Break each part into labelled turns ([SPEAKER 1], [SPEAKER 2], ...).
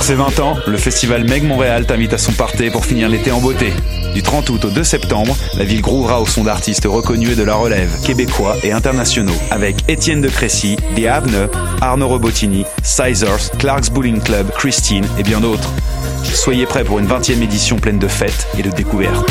[SPEAKER 1] ses 20 ans, le festival Meg Montréal t'invite à son party pour finir l'été en beauté. Du 30 août au 2 septembre, la ville grouvera au son d'artistes reconnus et de la relève, québécois et internationaux, avec Étienne de Crécy, The Havne, Arnaud Robotini, Sizers, Clark's Bowling Club, Christine et bien d'autres. Soyez prêts pour une 20e édition pleine de fêtes et de découvertes.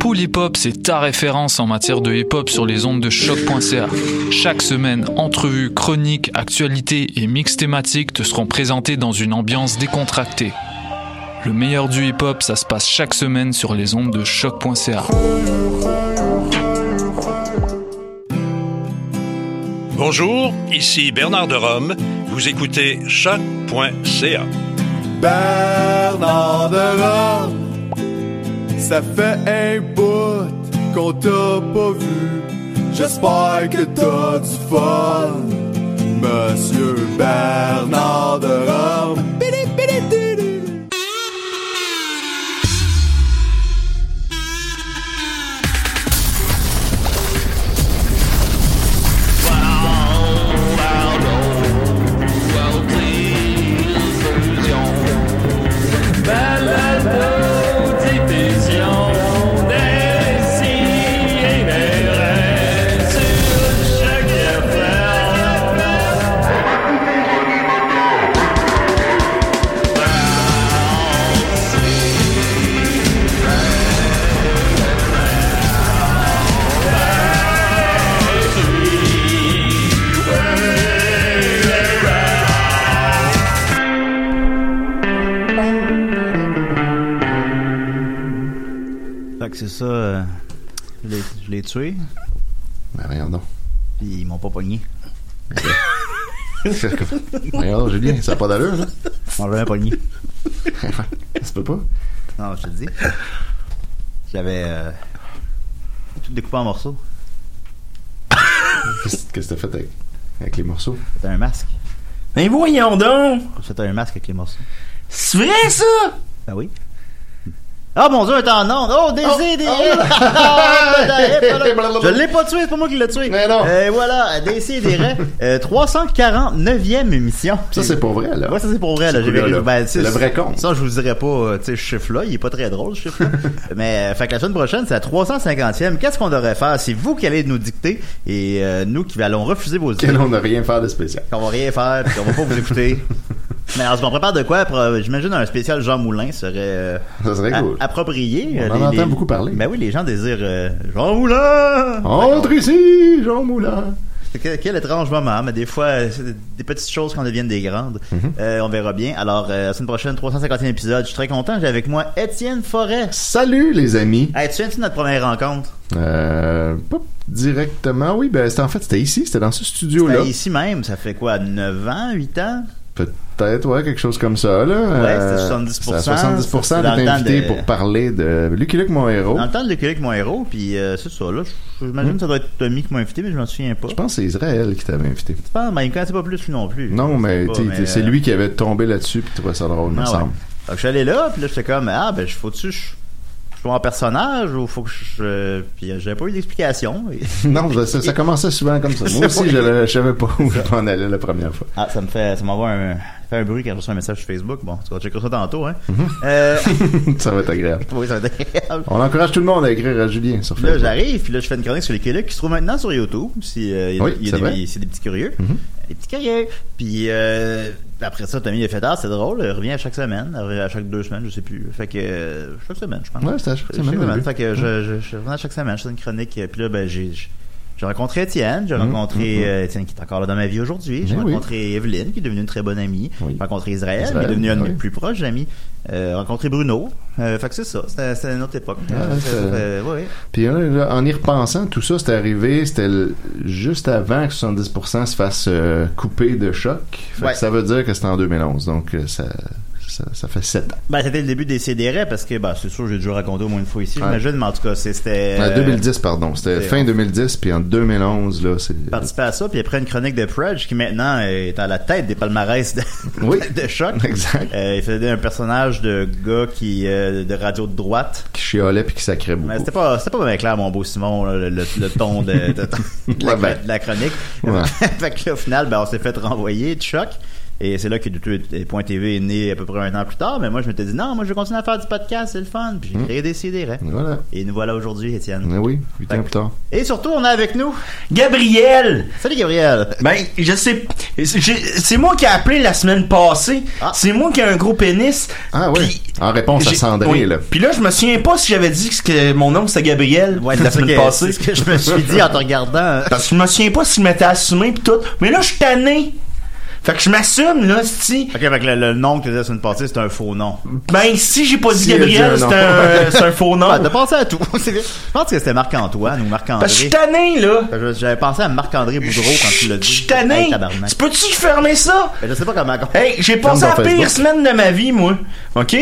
[SPEAKER 2] Pool Hip Hop, c'est ta référence en matière de hip hop sur les ondes de choc.ca. Chaque semaine, entrevues, chroniques, actualités et mix thématiques te seront présentés dans une ambiance décontractée. Le meilleur du hip hop, ça se passe chaque semaine sur les ondes de choc.ca.
[SPEAKER 3] Bonjour, ici Bernard de Rome. Vous écoutez choc.ca.
[SPEAKER 4] Bernard de Rome, ça fait un bout qu'on t'a pas vu. J'espère que t'as du fun, Monsieur Bernard de Rome.
[SPEAKER 5] Ben,
[SPEAKER 4] Bidi, bidi, didi.
[SPEAKER 6] Fait que c'est ça. euh, je l'ai- je l'ai tué.
[SPEAKER 5] Ben voyons donc.
[SPEAKER 6] Puis ils m'ont pas pogné.
[SPEAKER 5] voyons donc, Julien, ça n'a pas d'allure, là.
[SPEAKER 6] Ils m'ont jamais pogné.
[SPEAKER 5] Ça se peut pas.
[SPEAKER 6] Non, je te le dis. J'avais euh, tout découpé en morceaux.
[SPEAKER 5] Qu'est-ce qu'est-ce que t'as fait avec, avec les morceaux?
[SPEAKER 6] C'était un masque.
[SPEAKER 7] Mais voyons donc!
[SPEAKER 6] C'était un masque avec les morceaux.
[SPEAKER 7] C'est vrai, ça?
[SPEAKER 6] Ben oui. Ah mon dieu, elle est en onde. Oh, Désir, Désir. Je l'ai pas tué, c'est pas moi qui l'ai tué.
[SPEAKER 5] Mais non.
[SPEAKER 6] Et voilà, Désir, Désir. Euh, 349e émission.
[SPEAKER 5] Ça, c'est pour vrai, là.
[SPEAKER 6] Ouais, ça c'est pour vrai, là.
[SPEAKER 5] Ce
[SPEAKER 6] J'ai
[SPEAKER 5] coup-là,
[SPEAKER 6] vérifié.
[SPEAKER 5] là.
[SPEAKER 6] Ben, tu sais,
[SPEAKER 5] C'est le vrai compte.
[SPEAKER 6] Ça, je vous dirais pas, euh, tu sais, ce chiffre-là. Il est pas très drôle, ce chiffre-là. Mais, euh, fait que la semaine prochaine, c'est la 350e. Qu'est-ce qu'on devrait faire? C'est vous qui allez nous dicter et euh, nous qui allons refuser vos
[SPEAKER 5] Que
[SPEAKER 6] idées.
[SPEAKER 5] non, on n'a rien faire de spécial.
[SPEAKER 6] Qu'on va rien faire puis qu'on va pas vous écouter. Mais alors, on prépare de quoi? Pour, euh, J'imagine un spécial Jean Moulin serait, euh,
[SPEAKER 5] Ça serait
[SPEAKER 6] a-
[SPEAKER 5] cool.
[SPEAKER 6] approprié.
[SPEAKER 5] On
[SPEAKER 6] Euh,
[SPEAKER 5] en entend beaucoup parler.
[SPEAKER 6] Ben oui, les gens désirent euh, Jean Moulin!
[SPEAKER 5] Entre ici, Jean Moulin.
[SPEAKER 6] C'est que- Quel étrange moment, mais des fois, euh, c'est des- des petites choses qu'on deviennent des grandes.
[SPEAKER 5] Mhm.
[SPEAKER 6] Euh, on verra bien. Alors, euh, la semaine prochaine, 350e épisode. Je suis très content. J'ai avec moi Étienne Forêt.
[SPEAKER 5] Salut, les amis.
[SPEAKER 6] Hey, tu viens de notre première rencontre?
[SPEAKER 5] Euh, pas directement, oui. Ben, c'était en fait, c'était ici, c'était dans ce studio-là.
[SPEAKER 6] Ben, ici même, ça fait quoi, 9 ans, 8 ans?
[SPEAKER 5] Peut-être, ouais, quelque chose comme ça, là.
[SPEAKER 6] Ouais, c'était 70%.
[SPEAKER 5] c'était à 70%.
[SPEAKER 6] C'est dans le
[SPEAKER 5] T'es
[SPEAKER 6] temps
[SPEAKER 5] invité
[SPEAKER 6] de-
[SPEAKER 5] pour parler de Lucky Luke, mon héros.
[SPEAKER 6] Dans le temps de l'école avec mon héros, puis euh, c'est ça, là. je- J'imagine que ça doit être Tommy qui m'a invité, mais je m'en souviens pas.
[SPEAKER 5] Mhm. Je pense que c'est Israël qui t'avait invité.
[SPEAKER 6] Je pense, mais il me connaissait pas plus lui non plus.
[SPEAKER 5] Non, mais,
[SPEAKER 6] pas,
[SPEAKER 5] t'sais,
[SPEAKER 6] mais,
[SPEAKER 5] c'est
[SPEAKER 6] euh,
[SPEAKER 5] lui qui avait tombé là-dessus, puis tu trouvais ça drôle, il
[SPEAKER 6] Ah
[SPEAKER 5] me
[SPEAKER 6] ouais.
[SPEAKER 5] semble.
[SPEAKER 6] Fait que je suis allé là, puis là, j'étais comme, ah, ben, je faut-tu, je,
[SPEAKER 8] joue en personnage ou faut que je. Puis j'avais pas eu d'explication.
[SPEAKER 4] Non, je- ça, ça commençait souvent comme ça. Moi aussi, je ne savais pas où je m'en allais la première fois.
[SPEAKER 8] Ah, ça me fait, ça m'envoie un, fait un bruit quand je reçois un message sur Facebook. Bon, tu vas checker ça tantôt, hein. Euh,
[SPEAKER 4] ça va être agréable.
[SPEAKER 8] oui, ça va être agréable.
[SPEAKER 4] Mhm. On encourage tout le monde à écrire à Julien sur
[SPEAKER 8] Puis Là,
[SPEAKER 4] Facebook.
[SPEAKER 8] j'arrive, puis là, je fais une chronique sur les Québec qui se trouve maintenant sur YouTube. Si, euh, il y a-
[SPEAKER 4] Oui,
[SPEAKER 8] il y a
[SPEAKER 4] c'est
[SPEAKER 8] des-
[SPEAKER 4] vrai. Mhm.
[SPEAKER 8] c'est des petits curieux. Des petits curieux. Puis euh, après ça, Tommy le fêtard, c'est drôle. Il revient à chaque semaine, à chaque deux semaines, je sais plus. Fait que euh, chaque semaine, je pense.
[SPEAKER 4] Ouais, c'était à chaque semaine, au début.
[SPEAKER 8] Fait que je, je, je reviens à chaque semaine, je fais une chronique. euh, Puis là, ben, j'ai. j'ai- J'ai rencontré Étienne, j'ai rencontré euh, Étienne qui est encore là dans ma vie aujourd'hui, j'ai
[SPEAKER 4] Mm-hmm, Ben oui.
[SPEAKER 8] rencontré Evelyne qui est devenue une très bonne amie,
[SPEAKER 4] Oui.
[SPEAKER 8] j'ai rencontré Israël,
[SPEAKER 4] Israël,
[SPEAKER 8] qui est devenu un de mes
[SPEAKER 4] oui.
[SPEAKER 8] plus proches amis, euh, rencontré Bruno, euh, fait que c'est ça, c'était c'était une autre époque.
[SPEAKER 4] Ah,
[SPEAKER 8] Euh,
[SPEAKER 4] c'est-
[SPEAKER 8] euh, ouais, ouais.
[SPEAKER 4] Puis euh, là, en y repensant, tout ça, c'était arrivé, c'était le- juste avant que 70% se fasse euh, couper de choc. Fait que
[SPEAKER 8] Ouais.
[SPEAKER 4] Ça veut dire que c'était en 2011, donc euh, ça, ça, ça fait 7 ans.
[SPEAKER 8] Ben, c'était le début des CDR parce que, ben, c'est sûr, j'ai déjà raconté au moins une fois ici,
[SPEAKER 4] Ouais.
[SPEAKER 8] j'imagine, mais en tout cas, c'est- c'était.
[SPEAKER 4] En
[SPEAKER 8] euh,
[SPEAKER 4] 2010, pardon. C'était
[SPEAKER 8] c'est-
[SPEAKER 4] fin 2010, puis en 2011, là, c'est...
[SPEAKER 8] Participé à ça, puis après une chronique de Purge qui maintenant est à la tête des palmarès de,
[SPEAKER 4] Oui.
[SPEAKER 8] de choc.
[SPEAKER 4] Exact.
[SPEAKER 8] Euh, il faisait un personnage de gars qui euh, de radio de droite.
[SPEAKER 4] Qui chiolait puis qui sacrait beaucoup.
[SPEAKER 8] Mais c'était pas c'était pas bien clair mon beau Simon là, le, le- le ton de, de- de- de la,
[SPEAKER 4] Ouais, ben.
[SPEAKER 8] de la chronique.
[SPEAKER 4] Ouais.
[SPEAKER 8] fait que là, au final ben on s'est fait renvoyer de choc. Et c'est là que Point TV est né à peu près un an plus tard. Mais moi je m'étais dit non moi je vais continuer à faire du podcast c'est le fun. Puis j'ai créé des CD
[SPEAKER 4] Mm. Voilà.
[SPEAKER 8] Et nous voilà aujourd'hui Étienne.
[SPEAKER 4] Mais oui, 8 ans plus tard.
[SPEAKER 8] Et surtout, on a avec nous.
[SPEAKER 6] Gabriel!
[SPEAKER 8] Salut Gabriel!
[SPEAKER 6] Ben, je sais. j'ai- C'est moi qui ai appelé la semaine passée.
[SPEAKER 8] Ah.
[SPEAKER 6] C'est moi qui ai un gros pénis.
[SPEAKER 4] Ah oui,
[SPEAKER 6] Puis-
[SPEAKER 4] en réponse à
[SPEAKER 6] j'ai-
[SPEAKER 4] Sandré,
[SPEAKER 6] oui.
[SPEAKER 4] là.
[SPEAKER 6] Puis là, je me souviens pas si j'avais dit que mon nom c'était Gabriel la
[SPEAKER 8] c'est ce
[SPEAKER 6] semaine
[SPEAKER 8] que- c'est
[SPEAKER 6] passée.
[SPEAKER 8] ce que je me suis dit en te regardant.
[SPEAKER 6] Parce que je me souviens pas si je m'étais assumé pis tout. Mais là, je suis tanné. Fait que je m'assume, là, si.
[SPEAKER 8] Ok, fait que le, le nom que tu disais la semaine passée, c'est un faux nom.
[SPEAKER 6] Ben, si j'ai pas dit
[SPEAKER 4] Si, il a
[SPEAKER 6] Gabriel,
[SPEAKER 4] dit un nom.
[SPEAKER 6] c'est un, c'est un faux nom.
[SPEAKER 8] Ah, t'as pensé à tout. C'est bien. je pense que c'était Marc-Antoine ou
[SPEAKER 6] Parce que je suis
[SPEAKER 8] Marc-André.
[SPEAKER 6] tanné, là.
[SPEAKER 8] Parce que J'avais pensé à Marc-André Boudreau quand tu l'as dit.
[SPEAKER 6] Je suis tanné.
[SPEAKER 8] Hey, tabarnak.
[SPEAKER 6] Tu peux-tu fermer ça?
[SPEAKER 8] Mais Je sais pas comment.
[SPEAKER 6] Hey, j'ai
[SPEAKER 4] Ferme
[SPEAKER 6] passé la
[SPEAKER 4] ton
[SPEAKER 6] pire
[SPEAKER 4] Facebook.
[SPEAKER 6] semaine de ma vie, moi. OK?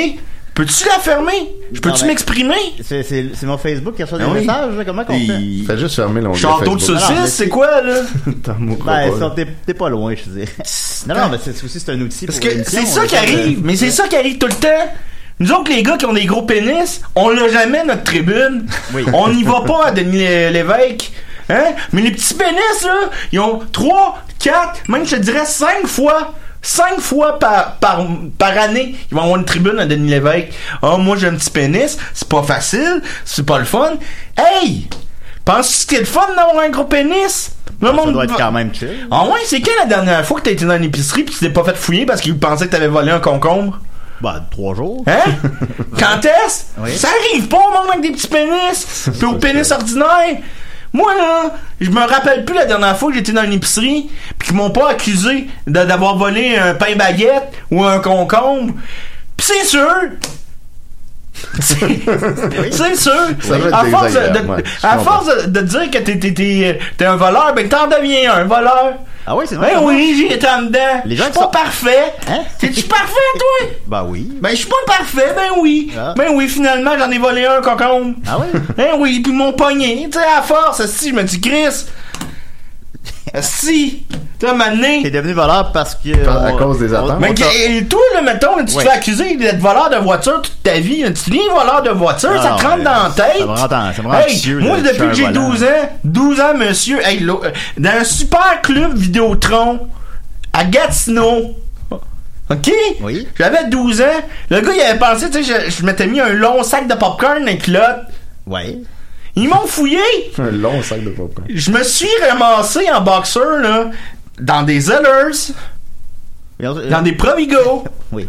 [SPEAKER 6] Peux-tu la fermer? Je
[SPEAKER 8] Non,
[SPEAKER 6] peux-tu
[SPEAKER 8] mais-
[SPEAKER 6] m'exprimer?
[SPEAKER 8] C'est- C'est c'est mon Facebook qui reçoit des
[SPEAKER 6] Ah oui.
[SPEAKER 8] messages, là, comment qu'on fait?
[SPEAKER 6] Et-
[SPEAKER 4] Fait juste fermer l'onglet
[SPEAKER 6] Château de
[SPEAKER 4] Facebook.
[SPEAKER 8] Alors, mais
[SPEAKER 6] saucisse,
[SPEAKER 8] c'est-
[SPEAKER 6] c'est quoi, là?
[SPEAKER 4] T'en mourras
[SPEAKER 8] Ben,
[SPEAKER 4] pas,
[SPEAKER 8] ça,
[SPEAKER 4] là.
[SPEAKER 8] t'es t'es pas loin, je veux dire. Non, non, mais c'est aussi c'est un outil
[SPEAKER 6] Parce
[SPEAKER 8] pour
[SPEAKER 6] que
[SPEAKER 8] l'émission, euh,
[SPEAKER 6] c'est ça
[SPEAKER 8] on
[SPEAKER 6] qui
[SPEAKER 8] est-
[SPEAKER 6] arrive, mais c'est ça qui arrive tout le temps. Nous autres, les gars qui ont des gros pénis, on l'a jamais notre tribune.
[SPEAKER 8] Oui.
[SPEAKER 6] On n'y va pas à Denis Lé- Lévesque. Hein? Mais les petits pénis, là, ils ont 3, 4, même je te dirais 5 fois. 5 fois par, par, par année, ils vont avoir une tribune à Denis Lévesque. Ah, moi j'ai un petit pénis, c'est pas facile, c'est pas le fun. Hey! Penses-tu que c'est le fun d'avoir un gros pénis? Le
[SPEAKER 8] Ben, Ça doit
[SPEAKER 6] va-
[SPEAKER 8] être quand même chill.
[SPEAKER 6] ah ouais, c'est quand la dernière fois que t'as été dans une épicerie pis tu t'es pas fait fouiller parce qu'ils pensaient que t'avais volé un concombre?
[SPEAKER 8] Ben, trois jours.
[SPEAKER 6] Hein? Quand est-ce?
[SPEAKER 8] Oui.
[SPEAKER 6] Ça arrive pas au monde avec des petits pénis! Pis au pénis ordinaire! Moi là, je me rappelle plus la dernière fois que j'étais dans une épicerie pis qu'ils m'ont pas accusé de- d'avoir volé un pain baguette ou un concombre. Pis c'est sûr! C'est- c'est sûr!
[SPEAKER 4] Ça va être
[SPEAKER 6] à force, de,
[SPEAKER 4] désagréable,
[SPEAKER 6] de-
[SPEAKER 4] ouais, je
[SPEAKER 6] à
[SPEAKER 4] comprends.
[SPEAKER 6] force de, de dire que t'es- t'es- t'es t'es un voleur, ben t'en deviens un voleur!
[SPEAKER 8] Ah oui, c'est
[SPEAKER 6] Ben
[SPEAKER 8] ça.
[SPEAKER 6] oui, j'y étais en dedans.
[SPEAKER 8] Les
[SPEAKER 6] Les
[SPEAKER 8] gens
[SPEAKER 6] gens
[SPEAKER 8] qui
[SPEAKER 6] pas
[SPEAKER 8] sont-
[SPEAKER 6] parfait.
[SPEAKER 8] Hein?
[SPEAKER 6] T'es-tu parfait, toi?
[SPEAKER 8] Ben oui.
[SPEAKER 6] Ben, je suis pas parfait, ben oui.
[SPEAKER 8] Ah.
[SPEAKER 6] Ben oui, finalement, j'en ai volé un, cocon.
[SPEAKER 8] Ah oui?
[SPEAKER 6] Ben oui, puis mon pogné. Tu sais, à force, si, je me dis, Chris. Si, tu as
[SPEAKER 8] T'es
[SPEAKER 6] m'amené.
[SPEAKER 8] devenu voleur parce que.
[SPEAKER 4] Par- à
[SPEAKER 8] on-
[SPEAKER 4] cause des
[SPEAKER 8] on-
[SPEAKER 4] attentes.
[SPEAKER 6] Mais que- toi, là, mettons, tu
[SPEAKER 8] Ouais.
[SPEAKER 6] te fais accuser d'être voleur de voiture toute ta vie. Tu deviens voleur de voiture,
[SPEAKER 8] Ah
[SPEAKER 6] ça
[SPEAKER 8] non,
[SPEAKER 6] te rentre
[SPEAKER 8] mais
[SPEAKER 6] dans la
[SPEAKER 8] ça
[SPEAKER 6] tête.
[SPEAKER 8] me rend dans- ça me rend
[SPEAKER 6] Hey,
[SPEAKER 8] anxieux
[SPEAKER 6] moi,
[SPEAKER 8] de toucher
[SPEAKER 6] depuis
[SPEAKER 8] un
[SPEAKER 6] que j'ai
[SPEAKER 8] volant.
[SPEAKER 6] 12 ans, 12 ans, monsieur, hey, l'au- euh, dans un super club Vidéotron à Gatineau. OK?
[SPEAKER 8] Oui.
[SPEAKER 6] J'avais 12 ans. Le gars, il avait pensé, tu sais, je, je m'étais mis un long sac de popcorn et culotte.
[SPEAKER 8] Ouais.
[SPEAKER 6] Ils m'ont fouillé.
[SPEAKER 4] Un long sac de popcorn.
[SPEAKER 6] Je me suis ramassé en boxeur, là, dans des Zellers,
[SPEAKER 8] Mais on-
[SPEAKER 6] dans des Provigo,
[SPEAKER 8] Oui.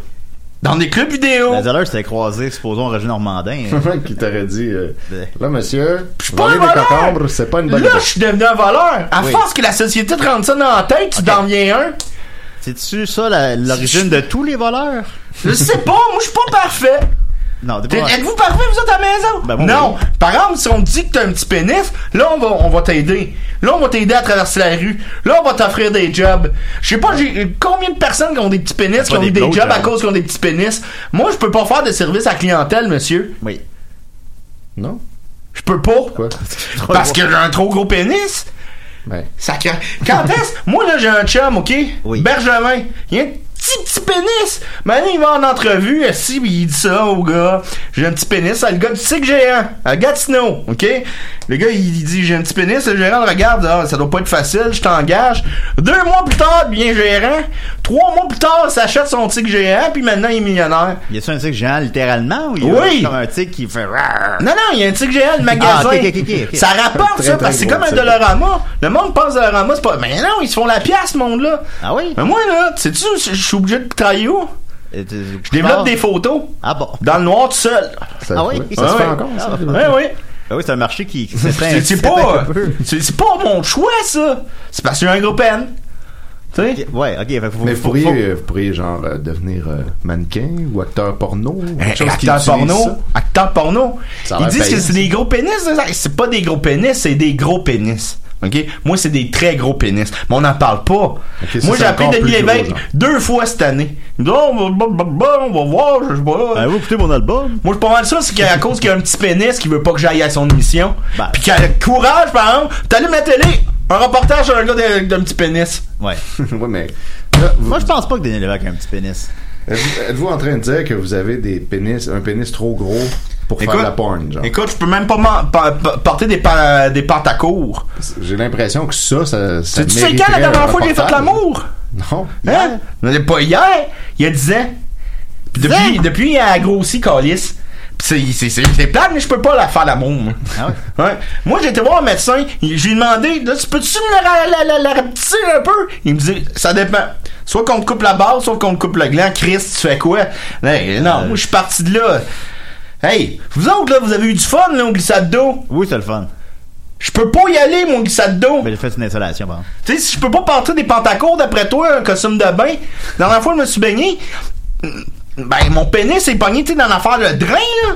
[SPEAKER 6] dans des clubs vidéo.
[SPEAKER 8] La Zeller s'était croisée, supposons, en région Normandin. hein.
[SPEAKER 4] qui t'aurait dit euh,
[SPEAKER 8] Ben.
[SPEAKER 4] là monsieur
[SPEAKER 6] suis pas
[SPEAKER 4] voler
[SPEAKER 6] un
[SPEAKER 4] des
[SPEAKER 6] voleur.
[SPEAKER 4] concombres c'est pas une bonne
[SPEAKER 6] Là,
[SPEAKER 4] idée.
[SPEAKER 6] je suis devenu un voleur. À
[SPEAKER 8] Oui.
[SPEAKER 6] force que la société te rentre ça dans la tête, tu t'en viens un.
[SPEAKER 8] C'est-tu ça la- l'origine de tous les voleurs?
[SPEAKER 6] Je sais pas, moi, je suis pas parfait.
[SPEAKER 8] Non, t'es
[SPEAKER 6] T'es-
[SPEAKER 8] pas...
[SPEAKER 6] Êtes-vous parfait, vous autres, à la maison?
[SPEAKER 8] Ben, moi,
[SPEAKER 6] non. Par exemple, si on te dit que t'as un petit pénis, là, on va, on va t'aider. Là, on va t'aider à traverser la rue. Là, on va t'offrir des jobs. Je sais pas, j'ai euh, combien de personnes qui ont des petits pénis, qui ont
[SPEAKER 8] des
[SPEAKER 6] eu des
[SPEAKER 8] blow
[SPEAKER 6] jobs à
[SPEAKER 8] jobs.
[SPEAKER 6] cause qu'ils ont des petits pénis. Moi, je peux pas faire de service à clientèle, monsieur.
[SPEAKER 8] Oui.
[SPEAKER 4] Non
[SPEAKER 6] Je peux pas.
[SPEAKER 4] Quoi
[SPEAKER 6] Parce que j'ai un trop gros pénis.
[SPEAKER 4] Ben,
[SPEAKER 6] Ça cra- Quand est-ce? Moi, là, j'ai un chum, OK?
[SPEAKER 8] Oui.
[SPEAKER 6] Bergevin. Il vient de petit, petit pénis. Maintenant, il va en entrevue, si il dit ça au gars. J'ai un petit pénis, à le gars du sais que j'ai un, à Gatineau, ok? Le gars, il, il dit, j'ai un petit pénis, le gérant le regarde, ah, ça doit pas être facile, je t'engage. Deux mois plus tard, il devient gérant. Trois mois plus tard, il s'achète son tic géant, puis maintenant, il est millionnaire.
[SPEAKER 8] Y a-tu un tic géant littéralement ou y a
[SPEAKER 6] Oui.
[SPEAKER 8] comme un tic qui fait. rarrr?
[SPEAKER 6] Non, non, il y a un tic géant, le magasin.
[SPEAKER 8] Ah, ok, ok, ok, ok.
[SPEAKER 6] Ça rapporte,
[SPEAKER 4] Très,
[SPEAKER 6] ça,
[SPEAKER 4] très
[SPEAKER 6] parce que c'est
[SPEAKER 4] gros,
[SPEAKER 6] comme un
[SPEAKER 4] ça.
[SPEAKER 6] Dolorama. Le monde pense Dolorama, c'est pas. Mais non, ils se font la pièce, ce monde-là.
[SPEAKER 8] Ah oui?
[SPEAKER 6] Mais moi, là, sais-tu, je suis obligé de travailler où?
[SPEAKER 8] Et tu-
[SPEAKER 6] Je développe
[SPEAKER 8] Non.
[SPEAKER 6] des photos.
[SPEAKER 8] Ah bon?
[SPEAKER 6] Dans le noir tout seul.
[SPEAKER 4] Ça,
[SPEAKER 8] Ah oui?
[SPEAKER 4] ça se
[SPEAKER 6] Ah
[SPEAKER 4] fait
[SPEAKER 6] oui.
[SPEAKER 4] encore, ça?
[SPEAKER 6] Oui, oui.
[SPEAKER 8] Ah oui, c'est un marché qui, qui s'éteint
[SPEAKER 6] C'est
[SPEAKER 8] un-
[SPEAKER 6] c'est
[SPEAKER 8] qui s'éteint
[SPEAKER 6] pas.
[SPEAKER 8] Ben, un peu.
[SPEAKER 4] hein.
[SPEAKER 6] C'est c'est pas mon choix, ça. C'est parce que j'ai un groupe N. Tu sais?
[SPEAKER 8] Ok, Ouais, ok. fait que faut-
[SPEAKER 4] Mais vous
[SPEAKER 8] faut-
[SPEAKER 4] pourriez,
[SPEAKER 8] faut-
[SPEAKER 4] euh, vous pourriez genre euh, devenir euh, mannequin ou acteur porno, ou quelque
[SPEAKER 6] Hey,
[SPEAKER 4] chose qui
[SPEAKER 6] acteur
[SPEAKER 4] utilise
[SPEAKER 6] porno,
[SPEAKER 4] ça.
[SPEAKER 6] acteur porno.
[SPEAKER 4] Ça
[SPEAKER 6] Ils
[SPEAKER 4] va
[SPEAKER 6] disent
[SPEAKER 4] payer,
[SPEAKER 6] que c'est
[SPEAKER 4] ça.
[SPEAKER 6] des gros pénis. ça. C'est pas des gros pénis, c'est des gros pénis. Ok, moi c'est des très gros pénis, mais on n'en parle pas.
[SPEAKER 4] ça,
[SPEAKER 6] moi
[SPEAKER 4] c'est
[SPEAKER 6] j'ai appelé
[SPEAKER 4] encore
[SPEAKER 6] Denis
[SPEAKER 4] plus gros,
[SPEAKER 6] Lévesque
[SPEAKER 4] genre.
[SPEAKER 6] deux fois cette année. Il me dit, Oh, bah, bah, bah, on va voir, je sais pas.
[SPEAKER 8] Ben, vous écoutez mon album?
[SPEAKER 6] Moi, je suis pas mal sûr, c'est qu'à cause qu'il y a un petit pénis qui veut pas que j'aille à son émission.
[SPEAKER 8] Ben.
[SPEAKER 6] Puis qu'elle a le courage, par exemple, t'allumes la télé, un reportage sur un gars d'un d'un petit pénis.
[SPEAKER 8] Ouais.
[SPEAKER 4] ouais, mais là, vous-
[SPEAKER 8] Moi, je pense pas que Denis Lévesque a un petit pénis.
[SPEAKER 4] êtes-vous êtes-vous en train de dire que vous avez des pénis, un pénis trop gros pour faire
[SPEAKER 6] Écoute,
[SPEAKER 4] de la porn, genre?
[SPEAKER 6] Écoute, je peux même pas m'en- pa- pa- porter des, pa- des pantacours.
[SPEAKER 4] J'ai l'impression que ça, ça, ça
[SPEAKER 6] Tu sais quand
[SPEAKER 4] mériterait
[SPEAKER 6] la
[SPEAKER 4] un
[SPEAKER 6] dernière fois que j'ai fait
[SPEAKER 4] reportage.
[SPEAKER 6] l'amour?
[SPEAKER 4] Non.
[SPEAKER 6] Hein? Mais pas hier, il y a 10 ans. Puis depuis, depuis, il a grossi, Calis. C'est c'est- c'est- c'est plate, mais je peux pas la faire l'amour. moi.
[SPEAKER 8] Ah ouais?
[SPEAKER 6] Ouais. Moi, j'ai été voir un médecin, il- j'ai demandé, là, tu peux-tu me la, la, la, la rapetisser un peu? Il me dit, ça dépend. Soit qu'on te coupe la barre, soit qu'on te coupe le gland. Chris, tu fais quoi? Hey,
[SPEAKER 8] Euh.
[SPEAKER 6] non, moi, je suis parti de là. Hey, vous autres, là, vous avez eu du fun, là, au glissade d'eau.
[SPEAKER 8] Oui, c'est le fun.
[SPEAKER 6] Je peux pas y aller, mon glissade d'eau.
[SPEAKER 8] Mais j'ai fait une installation, par exemple.
[SPEAKER 6] Tu sais, si je peux pas porter des pantacours d'après toi, un costume de bain, dans la fois, je me suis baigné. Ben, mon pénis est pogné, tu sais, dans l'affaire le drain, là.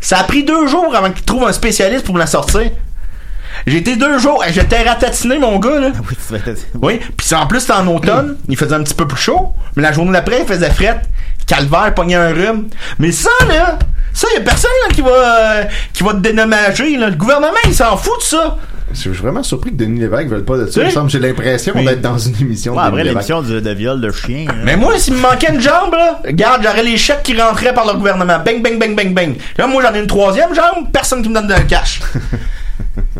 [SPEAKER 6] Ça a pris deux jours avant qu'il trouve un spécialiste pour me la sortir. J'ai été deux jours, hey, j'étais ratatiné, mon gars, là.
[SPEAKER 8] Ah Oui, tu fais-
[SPEAKER 6] Oui, puis c'est- en plus, c'était en automne, il faisait un petit peu plus chaud, mais la journée d'après, il faisait frette. Calvaire, pognait un rhume. Mais ça, là, ça, y a personne, là, qui va, euh, qui va te dénommager, là. Le gouvernement, il s'en fout de ça.
[SPEAKER 4] Je suis vraiment surpris que Denis Lévesque veuille pas de ça. Il
[SPEAKER 6] Oui.
[SPEAKER 4] me semble j'ai l'impression
[SPEAKER 6] Oui.
[SPEAKER 4] d'être dans une émission
[SPEAKER 8] Ouais,
[SPEAKER 4] de
[SPEAKER 8] après
[SPEAKER 4] Denis Lévesque.
[SPEAKER 8] l'émission du- de viol de chien. là.
[SPEAKER 6] Mais moi, s'il me manquait une jambe, là, regarde, j'aurais les chèques qui rentraient par le gouvernement. Bang, bang, bang, bang, bang. Là, moi, j'en ai une troisième jambe, personne qui me donne de cash.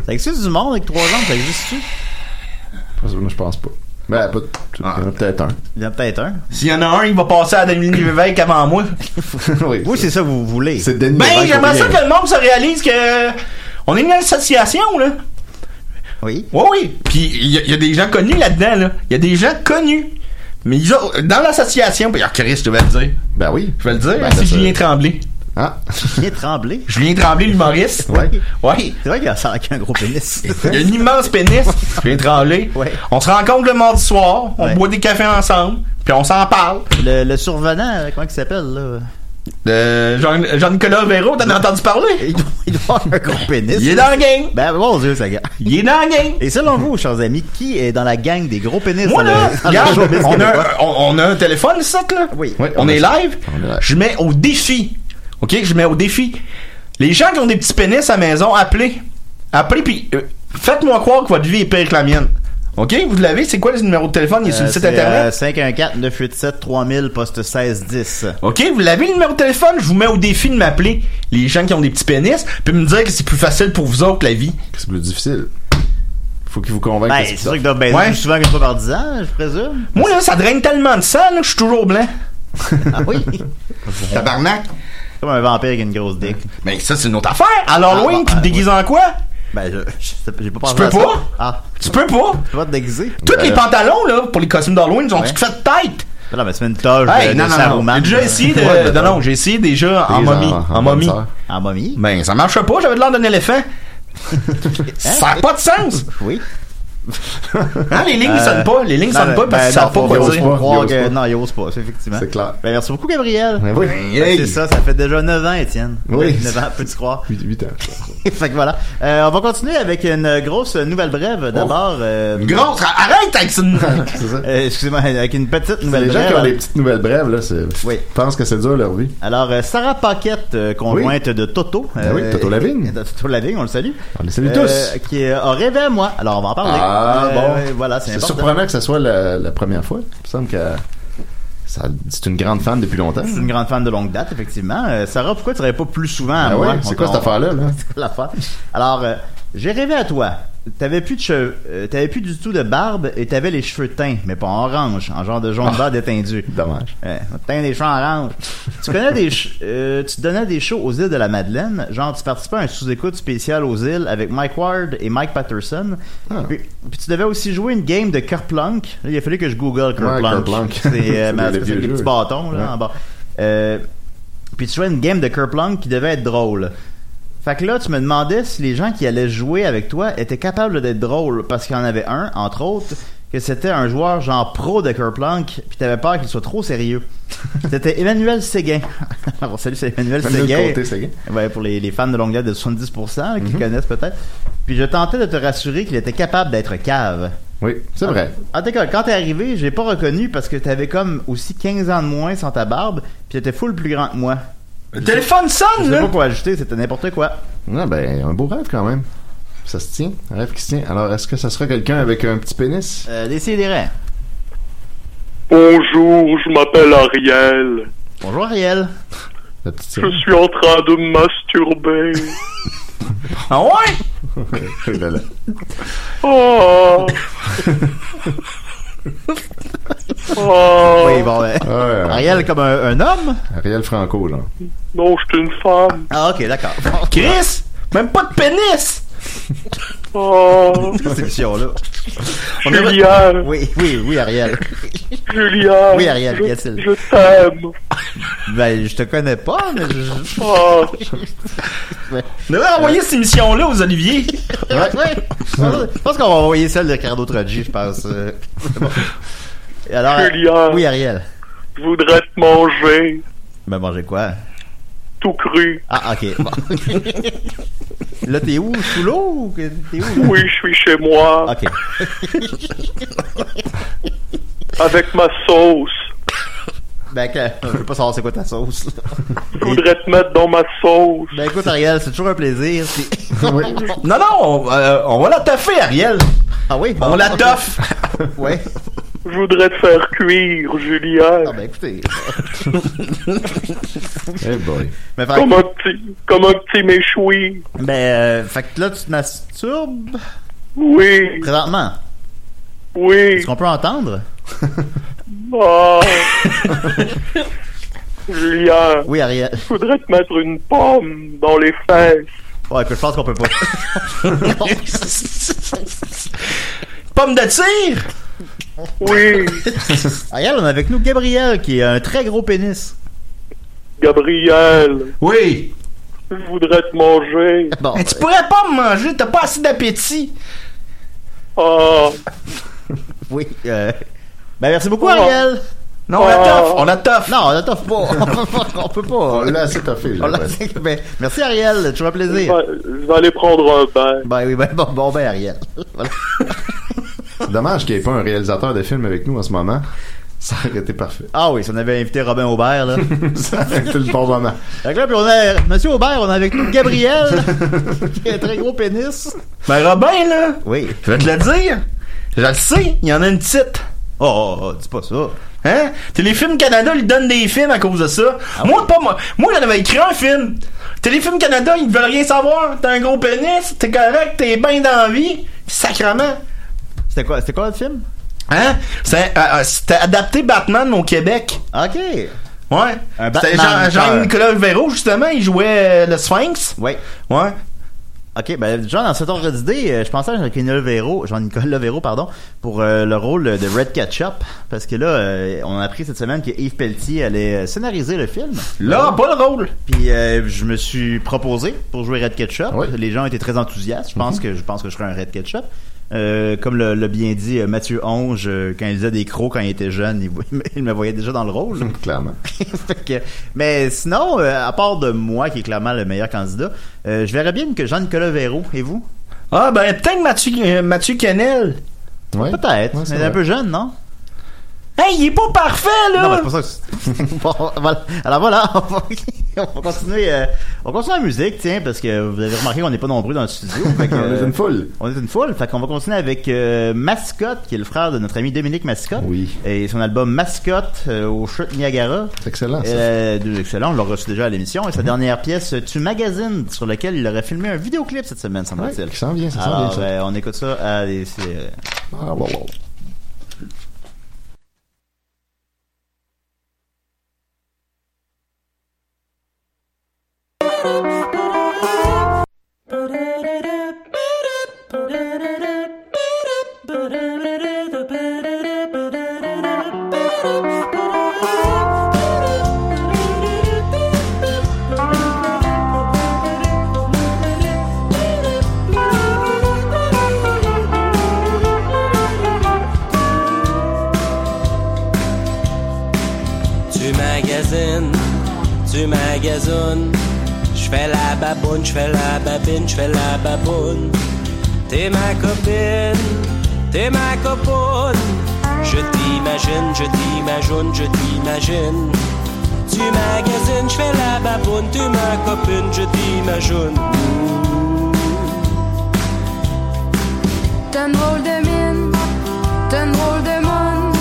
[SPEAKER 8] Ça existe du monde avec trois jambes, ça existe-tu?
[SPEAKER 4] Moi, je pense pas. Mais pas t- il y en a peut-être un.
[SPEAKER 8] Il y en a peut-être un.
[SPEAKER 6] S'il y en a un, il va passer à Denis Lévesque avant moi.
[SPEAKER 4] oui,
[SPEAKER 8] Oui, c'est ça que vous voulez.
[SPEAKER 4] c'est Denis
[SPEAKER 6] Ben,
[SPEAKER 4] Lévesque.
[SPEAKER 6] j'aimerais
[SPEAKER 4] oui.
[SPEAKER 6] ça que le monde se réalise que. On est une association, là.
[SPEAKER 8] Oui.
[SPEAKER 6] Oui, oui. Puis, il y, a- il y a des gens connus là-dedans, là. Il y a des gens connus. Mais ils ont. Dans l'association. Puis, ah, Chris, je vais le dire.
[SPEAKER 4] Ben oui.
[SPEAKER 6] Je vais le dire, hein,
[SPEAKER 4] Ben,
[SPEAKER 6] c'est
[SPEAKER 4] ça, ça-
[SPEAKER 6] Julien Tremblay.
[SPEAKER 4] Ah.
[SPEAKER 8] Julien Tremblay.
[SPEAKER 6] Julien Tremblay, l'humoriste.
[SPEAKER 4] Ouais.
[SPEAKER 6] Ouais.
[SPEAKER 8] C'est vrai qu'il a ça avec un gros pénis.
[SPEAKER 6] Il y a un immense pénis. Je viens trembler.
[SPEAKER 8] Ouais.
[SPEAKER 6] On se rencontre le mardi soir, on
[SPEAKER 8] Ouais.
[SPEAKER 6] boit des cafés ensemble, puis on s'en parle.
[SPEAKER 8] le, le survenant, euh, comment il s'appelle, là?
[SPEAKER 6] Euh, Jean- Jean-Nicolas Véro, t'en as entendu parler?
[SPEAKER 8] Il doit, il doit avoir un gros pénis.
[SPEAKER 6] Il est dans la gang!
[SPEAKER 8] Ben, bon Dieu, ça gars.
[SPEAKER 6] Il est dans la gang!
[SPEAKER 8] Et selon vous, chers amis, qui est dans la gang des gros pénis?
[SPEAKER 6] Moi
[SPEAKER 8] dans
[SPEAKER 6] là,
[SPEAKER 8] le- dans le
[SPEAKER 6] regarde,
[SPEAKER 8] showbiz
[SPEAKER 6] on
[SPEAKER 8] québécois?
[SPEAKER 6] a, on, on a un téléphone ici, là.
[SPEAKER 8] Oui.
[SPEAKER 4] Oui,
[SPEAKER 6] on,
[SPEAKER 4] on
[SPEAKER 6] est
[SPEAKER 4] a ça.
[SPEAKER 6] live.
[SPEAKER 4] On est live.
[SPEAKER 6] Je mets au défi. OK? Je mets au défi. Les gens qui ont des petits pénis à la maison, appelez. Appelez, puis euh, faites-moi croire que votre vie est pire que la mienne. OK? Vous l'avez? C'est quoi le numéro de téléphone? Il est sur
[SPEAKER 8] Euh,
[SPEAKER 6] le site
[SPEAKER 8] c'est,
[SPEAKER 6] internet?
[SPEAKER 8] euh, 514-987-3000, poste 1610.
[SPEAKER 6] OK, vous l'avez le numéro de téléphone, je vous mets au défi de m'appeler les gens qui ont des petits pénis, puis me dire que c'est plus facile pour vous autres la vie.
[SPEAKER 4] C'est plus difficile. Faut qu'il vous convainque.
[SPEAKER 8] Ben,
[SPEAKER 4] que
[SPEAKER 8] c'est
[SPEAKER 4] ça.
[SPEAKER 8] sûr qu'ils doivent baiser
[SPEAKER 6] Ouais.
[SPEAKER 8] plus souvent qu'une fois par 10 ans, je présume.
[SPEAKER 6] Moi là, ça draine tellement de sang là, que je suis toujours blanc.
[SPEAKER 8] Ah oui.
[SPEAKER 6] Tabarnak.
[SPEAKER 8] Comme un vampire avec une grosse dick.
[SPEAKER 6] Mais ça c'est une autre affaire. Alors
[SPEAKER 8] Ah,
[SPEAKER 6] Halloween,
[SPEAKER 8] bah,
[SPEAKER 6] tu te
[SPEAKER 8] euh,
[SPEAKER 6] déguises en quoi
[SPEAKER 8] Ben, je, je sais pas, j'ai pas pensé
[SPEAKER 6] peux
[SPEAKER 8] à ça.
[SPEAKER 6] pas?
[SPEAKER 8] Ah,
[SPEAKER 6] Tu peux pas.
[SPEAKER 8] tu peux pas te déguiser. Ben
[SPEAKER 6] Tous les
[SPEAKER 4] là.
[SPEAKER 6] pantalons là pour les costumes d'Halloween, ils ont
[SPEAKER 8] Ouais. Ah,
[SPEAKER 6] tout fait de tête.
[SPEAKER 8] Non, mais tu mets ben, une toge
[SPEAKER 6] Hey,
[SPEAKER 8] de,
[SPEAKER 6] non
[SPEAKER 8] de
[SPEAKER 6] non non.
[SPEAKER 8] Saruman,
[SPEAKER 6] J'ai déjà
[SPEAKER 8] là.
[SPEAKER 6] essayé de
[SPEAKER 4] Ouais,
[SPEAKER 6] non non, j'ai essayé déjà en
[SPEAKER 4] Prise
[SPEAKER 6] momie, en momie.
[SPEAKER 4] bonne sœur.
[SPEAKER 8] ben En momie?
[SPEAKER 6] Ben ça marche pas, j'avais de l'air d'un éléphant. ça a pas de sens.
[SPEAKER 8] Oui.
[SPEAKER 6] Hein, les lignes
[SPEAKER 8] Euh,
[SPEAKER 6] sonnent pas, les lignes
[SPEAKER 8] non,
[SPEAKER 6] sonnent pas
[SPEAKER 8] ben,
[SPEAKER 6] parce qu'ils
[SPEAKER 8] non,
[SPEAKER 6] savent pas
[SPEAKER 8] faut-
[SPEAKER 6] quoi
[SPEAKER 8] faut
[SPEAKER 6] dire.
[SPEAKER 4] pas.
[SPEAKER 8] croire
[SPEAKER 4] Il ose
[SPEAKER 8] que-
[SPEAKER 4] pas.
[SPEAKER 8] Non, ils osent pas, c'est effectivement.
[SPEAKER 4] C'est clair.
[SPEAKER 8] Ben, merci beaucoup, Gabriel.
[SPEAKER 4] Ben oui.
[SPEAKER 8] Ben, C'est ça, ça fait déjà 9 ans, Étienne.
[SPEAKER 4] Oui.
[SPEAKER 8] 9 ans, peux-tu croire?
[SPEAKER 4] 8 ans.
[SPEAKER 8] fait que voilà. Euh, on va continuer avec une euh, grosse nouvelle
[SPEAKER 4] Oh.
[SPEAKER 8] brève. D'abord, euh,
[SPEAKER 6] Une grosse, arrête avec ça.
[SPEAKER 4] C'est ça.
[SPEAKER 8] euh, excusez-moi, avec une petite
[SPEAKER 4] C'est
[SPEAKER 8] nouvelle
[SPEAKER 4] les gens
[SPEAKER 8] brève.
[SPEAKER 4] qui ont des petites nouvelles brèves, là, c'est.
[SPEAKER 8] Oui.
[SPEAKER 4] Je pense que c'est dur leur vie.
[SPEAKER 8] Alors, euh, Sarah Paquette, euh, conjointe de Toto. euh,
[SPEAKER 4] Ben oui, Toto Lavigne.
[SPEAKER 8] de Toto Lavigne, on le salue.
[SPEAKER 4] On les salue
[SPEAKER 6] Euh,
[SPEAKER 8] Euh,
[SPEAKER 4] tous.
[SPEAKER 8] Qui est au rêvé à moi. Alors, on va en parler.
[SPEAKER 4] Ah
[SPEAKER 8] Euh,
[SPEAKER 4] bon.
[SPEAKER 8] ouais, Voilà, c'est
[SPEAKER 4] C'est
[SPEAKER 8] important.
[SPEAKER 4] surprenant que ce soit la, la première fois. Il me semble qu'elle ça- c'est une grande fan depuis longtemps.
[SPEAKER 6] Je suis une grande fan de longue date, effectivement. Euh, Sarah, pourquoi tu ne pas plus souvent à
[SPEAKER 4] Ah
[SPEAKER 6] moi?
[SPEAKER 4] ouais, c'est
[SPEAKER 6] On-
[SPEAKER 4] quoi cette
[SPEAKER 6] on-
[SPEAKER 4] affaire-là, là?
[SPEAKER 6] C'est quoi l'affaire? Alors, euh, j'ai rêvé à toi. T'avais plus de cheveux, euh, t'avais plus du tout de barbe et t'avais les cheveux teints, mais pas en orange, en genre de jaune
[SPEAKER 4] Ah.
[SPEAKER 6] d'or détendu.
[SPEAKER 4] Dommage.
[SPEAKER 6] Ouais, on te teint les cheveux en orange. tu connais des, ch- euh, tu donnais des shows aux îles de la Madeleine, genre tu participais à un sous-écoute spécial aux îles avec Mike Ward et Mike Patterson.
[SPEAKER 4] Ah.
[SPEAKER 6] Puis, puis tu devais aussi jouer une game de Kerplunk. Là, il a fallu que je Google
[SPEAKER 4] Ouais,
[SPEAKER 6] Kerplunk.
[SPEAKER 4] Kerplunk.
[SPEAKER 6] C'est euh,
[SPEAKER 4] C'est
[SPEAKER 6] ma-
[SPEAKER 4] le
[SPEAKER 6] c'est
[SPEAKER 4] vieux
[SPEAKER 6] des
[SPEAKER 4] jeu.
[SPEAKER 6] petits bâtons là,
[SPEAKER 4] Ouais.
[SPEAKER 6] en bas. Euh, puis tu jouais une game de Kerplunk qui devait être drôle. Fait que là, tu me demandais si les gens qui allaient jouer avec toi étaient capables d'être drôles, parce qu'il y en avait un, entre autres, que c'était un joueur genre pro de Kerplunk, puis t'avais peur qu'il soit trop sérieux. c'était Emmanuel Séguin. Alors, salut, c'est Emmanuel
[SPEAKER 4] Emmanuel
[SPEAKER 6] Séguin.
[SPEAKER 4] Côté Séguin. Mhm.
[SPEAKER 6] Ouais, pour les, les fans de longue date de 70%, là, qui connaissent peut-être. Puis je tentais de te rassurer qu'il était capable d'être cave.
[SPEAKER 4] Oui, c'est vrai.
[SPEAKER 6] En tout cas, quand t'es arrivé, j'ai pas reconnu parce que t'avais comme aussi 15 ans de moins sans ta barbe, puis t'étais full plus grand que moi.
[SPEAKER 8] Le téléphone
[SPEAKER 6] Je
[SPEAKER 8] sonne,
[SPEAKER 6] sais
[SPEAKER 8] là!
[SPEAKER 6] pas quoi ajouter, c'était n'importe quoi.
[SPEAKER 4] Non, ben, un beau rêve quand même. Ça se tient, un rêve qui se tient. Alors, est-ce que ça sera quelqu'un avec un petit pénis?
[SPEAKER 6] Euh, Décidérez.
[SPEAKER 3] Bonjour, je m'appelle Ariel.
[SPEAKER 6] Bonjour Ariel.
[SPEAKER 4] La petite
[SPEAKER 3] Je suis en train de me masturber.
[SPEAKER 8] Ah ouais?
[SPEAKER 4] Oh là là.
[SPEAKER 3] Oh. oh.
[SPEAKER 6] Oui, bon, ben,
[SPEAKER 4] Ah,
[SPEAKER 6] Ariel comme un, un homme?
[SPEAKER 4] Ariel Franco, genre.
[SPEAKER 3] Non, je suis une femme.
[SPEAKER 6] Ah, ok, d'accord.
[SPEAKER 8] Chris! Même pas de pénis!
[SPEAKER 3] Oh.
[SPEAKER 6] C'est mission, là. On est-
[SPEAKER 3] Julien,
[SPEAKER 6] Oui, oui, oui, Ariel.
[SPEAKER 3] Julien.
[SPEAKER 6] Oui, Ariel, qu'y
[SPEAKER 3] je,
[SPEAKER 6] a-t-il?
[SPEAKER 3] je t'aime.
[SPEAKER 6] Ben, je te connais pas, mais je... je-
[SPEAKER 3] Oh. Ah.
[SPEAKER 8] On devrait envoyer cette émission-là aux Olivier.
[SPEAKER 6] Ouais, ouais. Je pense qu'on va envoyer celle de Ricardo Troggi, je pense. euh. C'est bon. Et Alors,
[SPEAKER 3] Julien.
[SPEAKER 6] oui, Ariel.
[SPEAKER 3] Je voudrais te manger
[SPEAKER 6] Ben, manger quoi?
[SPEAKER 3] tout cru.
[SPEAKER 6] Ah, ok. bon. là, t'es où? Sous l'eau? ou que- T'es où? là?
[SPEAKER 3] Oui, je suis chez moi
[SPEAKER 6] Ok.
[SPEAKER 3] avec ma sauce.
[SPEAKER 6] Ben, que- je veux pas savoir c'est quoi ta sauce. là.
[SPEAKER 3] Je voudrais te mettre dans ma sauce.
[SPEAKER 6] Ben, écoute, Ariel, c'est toujours un plaisir. c'est-
[SPEAKER 8] Non, non, on, euh, on va la taffer, Ariel.
[SPEAKER 6] Ah oui?
[SPEAKER 8] On la toffe.
[SPEAKER 6] Ouais.
[SPEAKER 3] Je voudrais te faire cuire, Julien,
[SPEAKER 6] Ah, ben, écoutez.
[SPEAKER 4] Eh boy.
[SPEAKER 6] Mais, fait-
[SPEAKER 3] comme un petit, comme un petit méchoui.
[SPEAKER 6] Mais, euh, fait que là, tu te masturbes
[SPEAKER 3] Oui,
[SPEAKER 6] présentement.
[SPEAKER 3] oui.
[SPEAKER 6] Est-ce qu'on peut entendre?
[SPEAKER 3] Ah. Julien,
[SPEAKER 6] Oui, Ariel.
[SPEAKER 3] je voudrais te mettre une pomme dans les fesses.
[SPEAKER 6] Ouais, écoute, je pense qu'on peut pas.
[SPEAKER 8] Pomme de tir.
[SPEAKER 3] Oui,
[SPEAKER 6] Ariel, on a avec nous Gabriel, qui a un très gros pénis.
[SPEAKER 3] Gabriel,
[SPEAKER 8] Oui.
[SPEAKER 3] je voudrais te manger.
[SPEAKER 6] Bon.
[SPEAKER 8] tu pourrais pas me manger, t'as pas assez d'appétit.
[SPEAKER 3] Ah.
[SPEAKER 6] Oui. euh, Ben, merci beaucoup,
[SPEAKER 3] Oh.
[SPEAKER 6] Ariel.
[SPEAKER 8] Non, on la
[SPEAKER 3] Oh.
[SPEAKER 8] toffe, on la toffe.
[SPEAKER 6] Non, on ne t'offre pas. on peut
[SPEAKER 4] On
[SPEAKER 6] pas.
[SPEAKER 4] l'a assez toffé, j'ai
[SPEAKER 6] On l'a-
[SPEAKER 4] l'impression.
[SPEAKER 6] Ben, merci, Ariel. Toujours un
[SPEAKER 3] Je
[SPEAKER 6] plaisir.
[SPEAKER 3] vais je vais aller prendre un bain.
[SPEAKER 6] Ben oui, ben bon, bon ben Ariel. Voilà.
[SPEAKER 4] C'est Dommage qu'il n'y ait pas un réalisateur de film avec nous en ce moment. Ça aurait été parfait.
[SPEAKER 6] Ah oui, si on avait invité Robin Aubert, là.
[SPEAKER 4] Ça aurait été le bon moment.
[SPEAKER 6] Fait que là, puis on a... Monsieur Aubert, on a avec nous Gabriel, qui a un très gros pénis.
[SPEAKER 8] Ben, Robin, là,
[SPEAKER 6] Oui.
[SPEAKER 8] je vais te le dire. Je le sais, il y en a une petite.
[SPEAKER 6] Oh, oh, oh, dis pas ça.
[SPEAKER 8] Hein? Téléfilm Canada lui donne des films à cause de ça. moi, pas moi. Moi, j'en avais écrit un film. Téléfilm Canada, ils veulent rien savoir. T'as un gros pénis, t'es correct, t'es bien dans la vie. Sacrement.
[SPEAKER 6] C'était quoi, c'était quoi le film?
[SPEAKER 8] Hein? C'est- euh, euh, C'était adapté Batman au Québec.
[SPEAKER 6] Ok.
[SPEAKER 8] Ouais.
[SPEAKER 6] Un
[SPEAKER 8] C'était
[SPEAKER 6] Batman
[SPEAKER 8] Jean- Jean-Nicolas Véro, justement, il jouait euh, le Sphinx.
[SPEAKER 6] Oui.
[SPEAKER 8] Ouais.
[SPEAKER 6] Ok, ben déjà dans cet ordre d'idée, euh, je pensais à Jean-Nicolas Véro, Jean-Nicolas Véro, pardon, pour euh, le rôle de Red Ketchup, parce que là, euh, on a appris cette semaine que Yves Pelletier allait euh, scénariser le film.
[SPEAKER 8] Là, pas le rôle.
[SPEAKER 6] Puis euh, je me suis proposé pour jouer Red Ketchup.
[SPEAKER 4] Oui.
[SPEAKER 6] Les gens étaient très enthousiastes. Je
[SPEAKER 8] Mhm.
[SPEAKER 6] pense que je pense que je serais un Red Ketchup. Euh, comme le- l'a bien dit euh, Mathieu Onge, euh, quand il faisait des crocs quand il était jeune, il, voy- il me voyait déjà dans le rôle.
[SPEAKER 4] Clairement.
[SPEAKER 6] Fait que- mais sinon, euh, à part de moi qui est clairement le meilleur candidat, euh, je verrais bien que Jean-Nicolas Véro et vous.
[SPEAKER 8] Ah, ben, peut-être Mathieu, euh, Mathieu Kennel.
[SPEAKER 4] Ouais.
[SPEAKER 6] Peut-être.
[SPEAKER 4] Ouais,
[SPEAKER 6] mais
[SPEAKER 4] c'est
[SPEAKER 6] il est
[SPEAKER 4] vrai.
[SPEAKER 6] un peu jeune, non?
[SPEAKER 8] Hey, il est pas parfait,
[SPEAKER 6] Non, mais
[SPEAKER 8] là.
[SPEAKER 6] c'est pour ça que c'est- Bon, voilà. Alors voilà. on va-
[SPEAKER 9] on va continuer. euh, on continue la musique, tiens, parce que vous avez remarqué qu'on n'est pas nombreux dans le studio. fait que, euh,
[SPEAKER 6] On est une foule.
[SPEAKER 9] On est une foule. Fait qu'on va continuer avec euh, Mascotte, qui est le frère de notre ami Dominique Mascotte.
[SPEAKER 6] Oui.
[SPEAKER 9] Et son album Mascotte euh, aux chutes Niagara.
[SPEAKER 6] C'est excellent, ça.
[SPEAKER 9] Euh, deux excellents, on l'a reçu déjà à l'émission. Et sa dernière pièce, Tu Magazine, sur laquelle il aurait filmé un vidéoclip cette semaine, semble-t-il.
[SPEAKER 6] Ouais, qui s'en vient, ça s'en
[SPEAKER 9] Alors,
[SPEAKER 6] vient, ça.
[SPEAKER 9] euh, on écoute ça. Allez, c'est, euh,
[SPEAKER 6] Ah, bon, bon.
[SPEAKER 8] Tu magasines, tu magasines. Je fais la baboune, je fais la babine, je fais la baboune. T'es ma copine, t'es ma copine. Je t'imagine, je t'imagine, je t'imagine. Tu magasines, je fais la baboune, tu ma copine, je t'imagine.
[SPEAKER 10] T'as une drôle de mine, t'as une drôle de moune.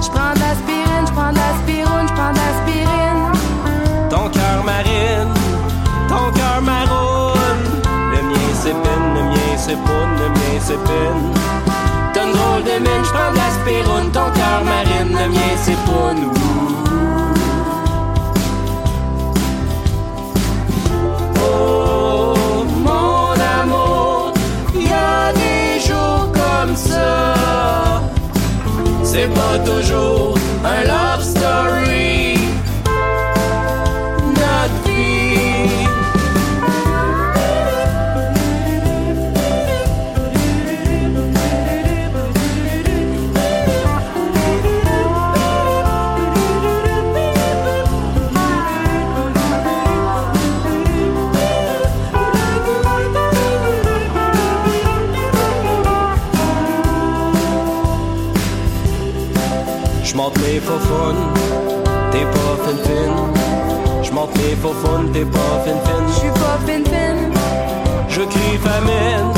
[SPEAKER 10] J'prends de l'aspirine, j'prends de l'aspirine, j'prends de l'aspirine.
[SPEAKER 8] Ton cœur marine, ton cœur marronne. Le mien s'épine, le mien s'époune, le mien s'épine. T'as une drôle de mine, j'prends de l'aspirine. Ton cœur marine, le mien s'époune. Oh, mon amour, y a des jours comme ça. C'est pas toujours un love story. Notre vie. J'monte mes faux faunes, t'es pas fin fin. J'monte mes faux faunes, t'es pas fin fin.
[SPEAKER 10] J'suis pas fin fin,
[SPEAKER 8] Je crie famine,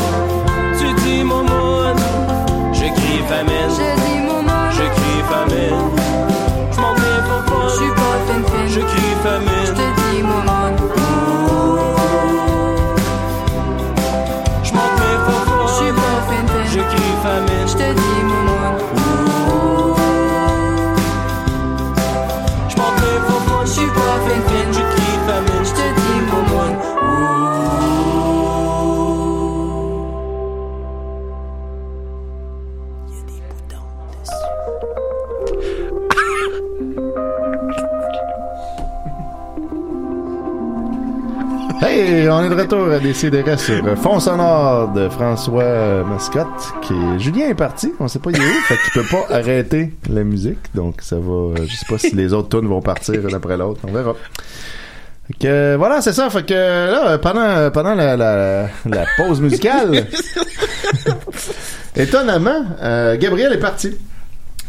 [SPEAKER 8] tu dis mon monde. Je crie famine,
[SPEAKER 10] je dis mon nom.
[SPEAKER 8] je crie famine. J'monte mes faux faunes,
[SPEAKER 10] J'suis pas fin fin,
[SPEAKER 8] je crie famine.
[SPEAKER 10] j'te dis mon nom.
[SPEAKER 8] J'monte mes faux
[SPEAKER 10] J'suis
[SPEAKER 8] faunes,
[SPEAKER 10] pas fin
[SPEAKER 8] je
[SPEAKER 10] fin,
[SPEAKER 8] crie famine.
[SPEAKER 10] j'te dis mon nom.
[SPEAKER 8] J'monte mes faux faunes, je suis pas fin fin. Je crie famine, je te dis mon monde.
[SPEAKER 6] Hey, on est de retour à Décideret sur euh, Fond sonore de François euh, Mascotte, qui est... Julien est parti, on sait pas il est où, fait qu'il peut pas arrêter la musique, donc ça va... euh, Je sais pas si les autres tunes vont partir l'une après l'autre, on verra. Fait que euh, voilà, c'est ça, fait que là, euh, pendant, euh, pendant la, la, la pause musicale, étonnamment, euh, Gabriel est parti.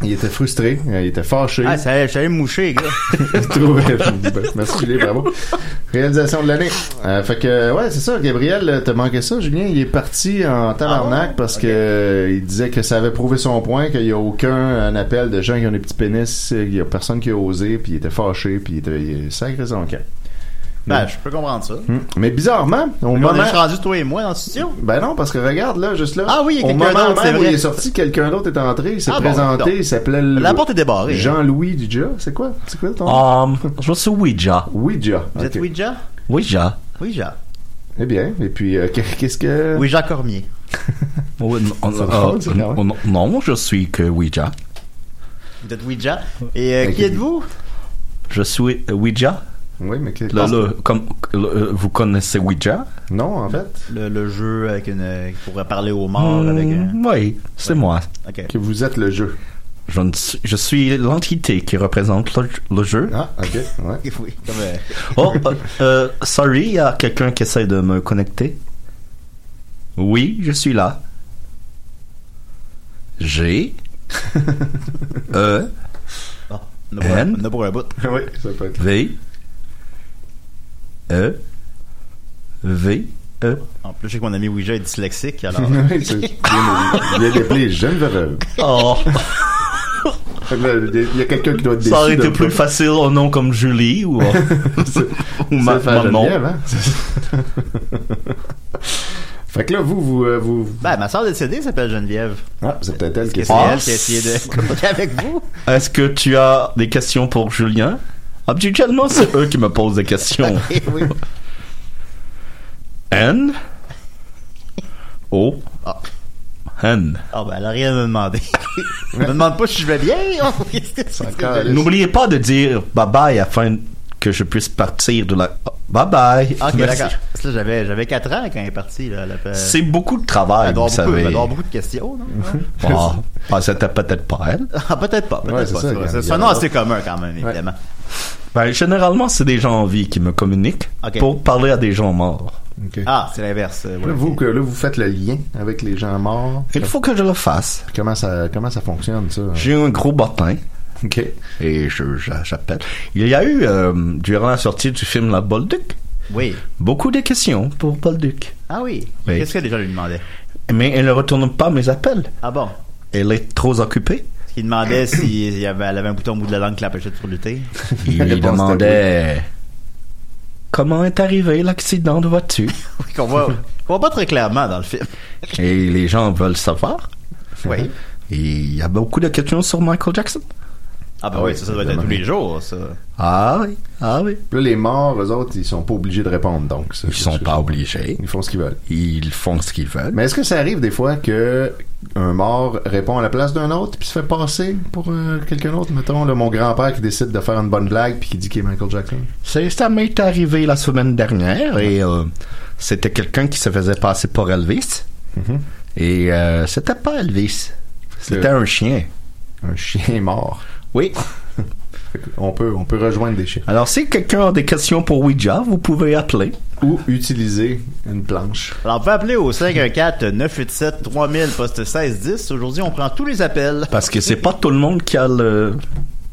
[SPEAKER 6] Il était frustré, euh, il était fâché.
[SPEAKER 9] Ah, ça, j'allais me moucher, gars.
[SPEAKER 6] Je trouve. Merci, Julien, bravo. Réalisation de l'année. Euh, fait que, ouais, c'est ça, Gabriel, euh, t'as manqué ça, Julien. Il est parti en tabarnak parce que euh, il disait que ça avait prouvé son point, qu'il n'y a aucun euh, appel de gens qui ont des petits pénis, euh, il n'y a personne qui a osé, puis il était fâché, puis il était il est sacré son camp.
[SPEAKER 9] Ben, je peux comprendre ça.
[SPEAKER 6] Hum. Mais bizarrement, au
[SPEAKER 9] On
[SPEAKER 6] moment.
[SPEAKER 9] est rendu toi et moi dans le studio.
[SPEAKER 6] Ben non, parce que regarde, là, juste là.
[SPEAKER 9] Ah oui, il y a
[SPEAKER 6] au
[SPEAKER 9] quelqu'un
[SPEAKER 6] moment
[SPEAKER 9] d'autre,
[SPEAKER 6] même
[SPEAKER 9] c'est
[SPEAKER 6] où
[SPEAKER 9] vrai.
[SPEAKER 6] il est sorti, quelqu'un d'autre est entré, il s'est
[SPEAKER 9] Ah bon,
[SPEAKER 6] présenté,
[SPEAKER 9] donc.
[SPEAKER 6] il s'appelait
[SPEAKER 9] La porte est débarrée.
[SPEAKER 6] Jean-Louis Dujas. C'est quoi? C'est quoi ton nom?
[SPEAKER 4] Um, je vois sur Ouija.
[SPEAKER 6] Ouija.
[SPEAKER 9] Vous êtes
[SPEAKER 6] Ok.
[SPEAKER 9] Ouija?
[SPEAKER 4] Ouija.
[SPEAKER 9] Ouija.
[SPEAKER 6] Eh bien, et puis euh, qu'est- qu'est-ce que...
[SPEAKER 9] Ouija Cormier.
[SPEAKER 4] Oh, non,
[SPEAKER 6] Ça
[SPEAKER 4] euh,
[SPEAKER 6] drôle, ça,
[SPEAKER 4] non,
[SPEAKER 6] ouais.
[SPEAKER 4] non, non, je suis que Ouija.
[SPEAKER 9] Vous êtes Ouija. Et euh,
[SPEAKER 6] Ok.
[SPEAKER 9] qui êtes-vous?
[SPEAKER 4] Je suis euh, Ouija.
[SPEAKER 6] Oui, mais qu'est-
[SPEAKER 4] Là, là, comme, le- euh, vous connaissez Ouija?
[SPEAKER 6] Non, en fait,
[SPEAKER 9] Le, le jeu avec une, pour parler aux morts avec un.
[SPEAKER 4] Hmm, oui, c'est moi.
[SPEAKER 9] Ok.
[SPEAKER 6] que vous êtes le jeu.
[SPEAKER 4] Je, ne suis- je suis l'entité qui représente le, le jeu.
[SPEAKER 6] Ah, ok, ouais.
[SPEAKER 9] Oui, comme, euh,
[SPEAKER 4] Oh, euh, euh, sorry, il y a quelqu'un qui essaie de me connecter. Oui, je suis là. G. E.
[SPEAKER 9] on a pour un-
[SPEAKER 4] N?
[SPEAKER 9] on a pour un bout.
[SPEAKER 6] oui, ça peut être...
[SPEAKER 4] V.
[SPEAKER 8] E V E. En plus, je sais que mon ami Ouija est dyslexique, alors.
[SPEAKER 9] Oui, c'est- Il a déplé Geneviève.
[SPEAKER 8] Oh.
[SPEAKER 9] Il y a quelqu'un qui doit être déçu.
[SPEAKER 4] Ça aurait été
[SPEAKER 9] de-
[SPEAKER 4] plus facile au nom comme Julie ou, ou
[SPEAKER 9] Ça
[SPEAKER 4] ma,
[SPEAKER 9] fait
[SPEAKER 4] maman.
[SPEAKER 9] Geneviève, hein? Fait que là, vous, vous, euh, vous.
[SPEAKER 8] Ben, ma soeur décédée s'appelle Geneviève.
[SPEAKER 9] Ah, c'est peut-être elle qui
[SPEAKER 8] Que
[SPEAKER 9] est
[SPEAKER 8] c'est
[SPEAKER 4] Ah.
[SPEAKER 8] elle qui a essayé de communiquer avec vous.
[SPEAKER 4] Est-ce que tu as des questions pour Julien Habituellement, c'est eux qui me posent des questions.
[SPEAKER 8] Eh oui.
[SPEAKER 4] N O
[SPEAKER 8] Ah.
[SPEAKER 4] N.
[SPEAKER 8] Ah, ben, elle a rien à me demander. Elle me demande pas si je vais bien. Qu'est-ce que c'est que-
[SPEAKER 4] N'oubliez pas de dire bye bye afin que je puisse partir de la. Bye bye.
[SPEAKER 8] Ah, ok,
[SPEAKER 4] Merci.
[SPEAKER 8] d'accord. Parce que là, J'avais, j'avais 4 ans quand elle est partie. Là, Elle a-
[SPEAKER 4] C'est beaucoup de
[SPEAKER 8] elle
[SPEAKER 4] travail,
[SPEAKER 8] doit
[SPEAKER 4] vous
[SPEAKER 8] avoir beaucoup, elle
[SPEAKER 4] savez.
[SPEAKER 8] doit avoir beaucoup de questions, non?
[SPEAKER 4] Ah, ah, c'était peut-être pas elle.
[SPEAKER 8] Ah, peut-être pas. Peut-être
[SPEAKER 9] Ouais, c'est
[SPEAKER 8] pas.
[SPEAKER 9] ça,
[SPEAKER 8] c'est
[SPEAKER 9] il y
[SPEAKER 8] vrai.
[SPEAKER 9] a-
[SPEAKER 8] C'est
[SPEAKER 9] il y
[SPEAKER 8] c'est
[SPEAKER 9] a-
[SPEAKER 8] un nom assez commun quand même, évidemment.
[SPEAKER 4] Ben, généralement, c'est des gens en vie qui me communiquent
[SPEAKER 8] Ok.
[SPEAKER 4] pour parler à des gens morts.
[SPEAKER 9] Ok.
[SPEAKER 8] Ah, c'est l'inverse. euh,
[SPEAKER 9] Là,
[SPEAKER 8] voilà.
[SPEAKER 9] vous, que, là, vous faites le lien avec les gens morts.
[SPEAKER 4] Il faut que je le fasse.
[SPEAKER 9] Comment ça, comment ça fonctionne, ça?
[SPEAKER 4] J'ai un gros bottin
[SPEAKER 9] OK.
[SPEAKER 4] et je, je- j'appelle. Il y a eu, euh, durant la sortie du film La Bolduc,
[SPEAKER 8] Oui.
[SPEAKER 4] beaucoup de questions pour Bolduc.
[SPEAKER 8] Ah oui.
[SPEAKER 4] Oui.
[SPEAKER 8] Qu'est-ce que les gens lui demandaient?
[SPEAKER 4] Mais elle ne retourne pas mes appels.
[SPEAKER 8] Ah bon?
[SPEAKER 4] Elle est trop occupée.
[SPEAKER 8] Parce qu'il demandait si il y avait, elle avait un bouton au bout de la langue qui l'empêchait de surlutter.
[SPEAKER 4] Il lui
[SPEAKER 9] réponse
[SPEAKER 4] demandait comment est arrivé l'accident de voiture.
[SPEAKER 8] Oui, qu'on voit, qu'on voit pas très clairement dans le film.
[SPEAKER 4] et les gens veulent savoir.
[SPEAKER 8] Oui.
[SPEAKER 4] Et Il y a beaucoup de questions sur Michael Jackson.
[SPEAKER 8] Ah ben
[SPEAKER 9] Ah
[SPEAKER 8] oui,
[SPEAKER 9] oui,
[SPEAKER 8] ça, ça doit être à tous les jours, ça.
[SPEAKER 4] Ah oui, ah oui.
[SPEAKER 9] Puis là, les morts, eux autres, ils sont pas obligés de répondre, donc.
[SPEAKER 4] Ils sont pas obligés.
[SPEAKER 9] Ils font ce qu'ils veulent.
[SPEAKER 4] Ils font ce qu'ils veulent.
[SPEAKER 9] Mais est-ce que ça arrive des fois que un mort répond à la place d'un autre puis se fait passer pour euh, quelqu'un d'autre? Mettons, là, mon grand-père qui décide de faire une bonne blague puis qui dit qu'il est Michael Jackson.
[SPEAKER 4] C'est- ça m'est arrivé la semaine dernière et euh, c'était quelqu'un qui se faisait passer pour Elvis.
[SPEAKER 9] Mhm.
[SPEAKER 4] Et euh, c'était pas Elvis. C'était
[SPEAKER 9] Euh.
[SPEAKER 4] un chien.
[SPEAKER 9] Un chien mort.
[SPEAKER 4] Oui.
[SPEAKER 9] On peut, on peut rejoindre des chiens.
[SPEAKER 4] Alors si quelqu'un a des questions pour Ouija, vous pouvez appeler.
[SPEAKER 9] Ou utiliser une planche.
[SPEAKER 8] Alors, vous pouvez appeler au 514-987-3000, poste 1610. Aujourd'hui, on prend tous les appels.
[SPEAKER 4] Parce que c'est pas tout le monde qui a le,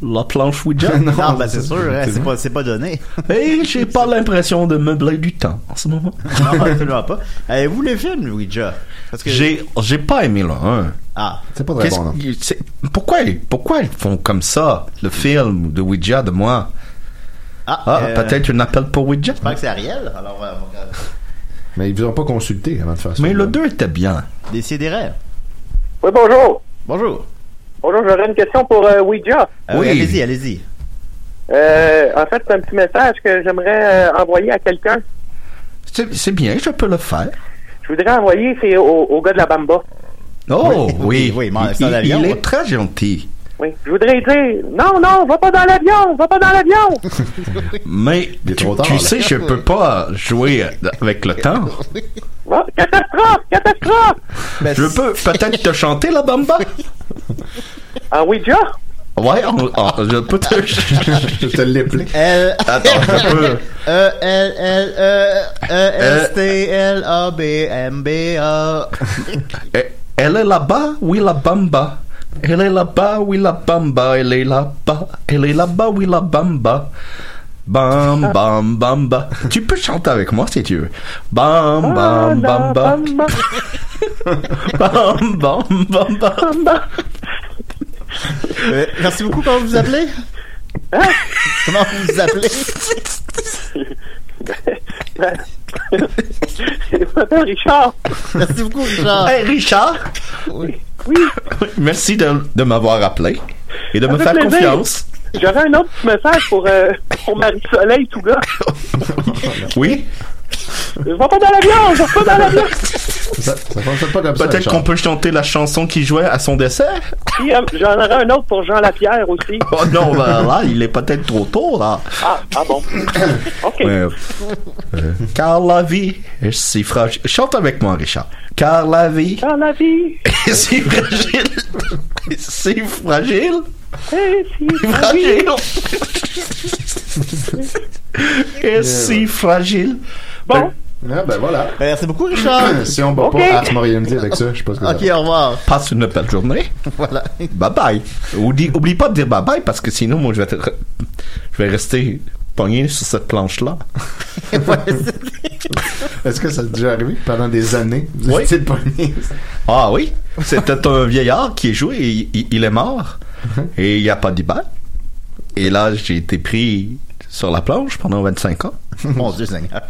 [SPEAKER 4] la planche Ouija.
[SPEAKER 8] Non, ben c'est sûr, hein, c'est
[SPEAKER 9] effectivement.
[SPEAKER 8] pas, c'est pas donné.
[SPEAKER 4] Et j'ai pas l'impression de meubler du temps en ce moment.
[SPEAKER 8] Non, absolument pas. Avez-vous le film, Ouija? Parce que...
[SPEAKER 4] J'ai j'ai pas aimé le 1.
[SPEAKER 8] Ah,
[SPEAKER 9] C'est pas très
[SPEAKER 4] Qu'est-ce
[SPEAKER 9] bon, non?
[SPEAKER 4] qui- c'est- pourquoi, pourquoi ils font comme ça, le film de Ouija de moi
[SPEAKER 8] ah,
[SPEAKER 4] Ah,
[SPEAKER 8] euh,
[SPEAKER 4] peut-être un appel pour Ouija.
[SPEAKER 8] Je pense que c'est Ariel, alors euh, on va
[SPEAKER 9] Mais ils vous ont pas consulté avant de faire ça.
[SPEAKER 4] Mais le 2 était bien.
[SPEAKER 8] décider.
[SPEAKER 6] Oui, bonjour.
[SPEAKER 8] Bonjour.
[SPEAKER 6] Bonjour, j'aurais une question pour euh, Ouija.
[SPEAKER 8] Euh,
[SPEAKER 4] Oui.
[SPEAKER 8] Allez-y, allez-y.
[SPEAKER 6] Euh, en fait, c'est un petit message que j'aimerais euh, envoyer à quelqu'un.
[SPEAKER 4] C'est c'est bien, je peux le faire.
[SPEAKER 6] Je voudrais envoyer, c'est au, au gars de la Bamba.
[SPEAKER 4] Oh,
[SPEAKER 8] oui,
[SPEAKER 4] oui.
[SPEAKER 8] oui, mais c'est
[SPEAKER 4] il,
[SPEAKER 8] en avion,
[SPEAKER 4] il
[SPEAKER 8] ouais.
[SPEAKER 4] est très gentil.
[SPEAKER 6] Oui. Je voudrais dire, non, non, va pas dans l'avion, va pas dans l'avion.
[SPEAKER 4] Mais
[SPEAKER 9] Il est
[SPEAKER 4] tu,
[SPEAKER 9] trop tard,
[SPEAKER 4] tu
[SPEAKER 9] là.
[SPEAKER 4] sais, je peux pas jouer avec le temps.
[SPEAKER 6] Va- Catastrophe, catastrophe.
[SPEAKER 4] Je peux peut-être te chanter la bamba.
[SPEAKER 6] En Ouija?
[SPEAKER 4] Ouais, on- on- je peux te.
[SPEAKER 9] Je te l'ai appelé.
[SPEAKER 8] L
[SPEAKER 4] Attends, je peux.
[SPEAKER 8] E L L E E S T L A B M B A.
[SPEAKER 4] Eh, Elle est là-bas, oui, la bamba. Elle est là-bas, oui, la bamba. Elle est là-bas, elle est là-bas, oui, la bamba. Bam, bam, bamba. Tu peux chanter avec moi si tu veux. Bam, bam, Ah, bamba. Bam, bam, bamba.
[SPEAKER 8] Euh, Merci beaucoup. Comment vous vous appelez Comment vous vous appelez
[SPEAKER 6] C'est pas toi, Richard.
[SPEAKER 8] Merci beaucoup, Richard.
[SPEAKER 4] Hey, Richard. Merci de, de m'avoir appelé et de me
[SPEAKER 6] fait
[SPEAKER 4] faire
[SPEAKER 6] plaisir.
[SPEAKER 4] confiance.
[SPEAKER 6] J'aurais un autre petit message pour, euh, pour Marie-Soleil, tout gars.
[SPEAKER 4] Oui.
[SPEAKER 6] Va pas dans l'avion, va pas dans l'avion.
[SPEAKER 9] Ça, ça fonctionne pas comme ça.
[SPEAKER 4] Peut-être
[SPEAKER 9] Richard.
[SPEAKER 4] qu'on peut chanter la chanson qu'il jouait à son dessert.
[SPEAKER 6] Puis, euh, j'en aurais un autre pour Jean Lapierre aussi.
[SPEAKER 4] Oh non, ben là, il est peut-être trop tôt, là.
[SPEAKER 6] Ah, ah bon. OK.
[SPEAKER 4] Euh, euh, car la vie est si fragile. Chante avec moi, Richard. Car la vie
[SPEAKER 6] Dans la vie,
[SPEAKER 4] est
[SPEAKER 8] Ah.
[SPEAKER 4] si fragile. si fragile.
[SPEAKER 6] c'est si
[SPEAKER 4] Fragile. est si fragile.
[SPEAKER 6] bon.
[SPEAKER 9] Ah, ben voilà.
[SPEAKER 8] Euh, Merci beaucoup, Richard.
[SPEAKER 9] si on bat
[SPEAKER 6] Ok.
[SPEAKER 9] pas Ars Moriendi avec ça, je sais pas ce que ça
[SPEAKER 8] Ok, au revoir.
[SPEAKER 4] Passe une belle journée.
[SPEAKER 8] Voilà.
[SPEAKER 4] Bye bye. Oublie, oublie pas de dire bye bye parce que sinon, moi, je vais, te re- je vais rester
[SPEAKER 3] pogné sur cette planche-là.
[SPEAKER 9] Est-ce que ça t'est déjà arrivé pendant des années? Vous
[SPEAKER 3] Oui.
[SPEAKER 9] étiez pogné?
[SPEAKER 3] Ah oui, c'était un vieillard qui est joué, il, il- il est mort et il n'y a pas d'hiver. Et là, j'ai été pris sur la planche pendant 25 ans.
[SPEAKER 4] Mon Dieu Seigneur.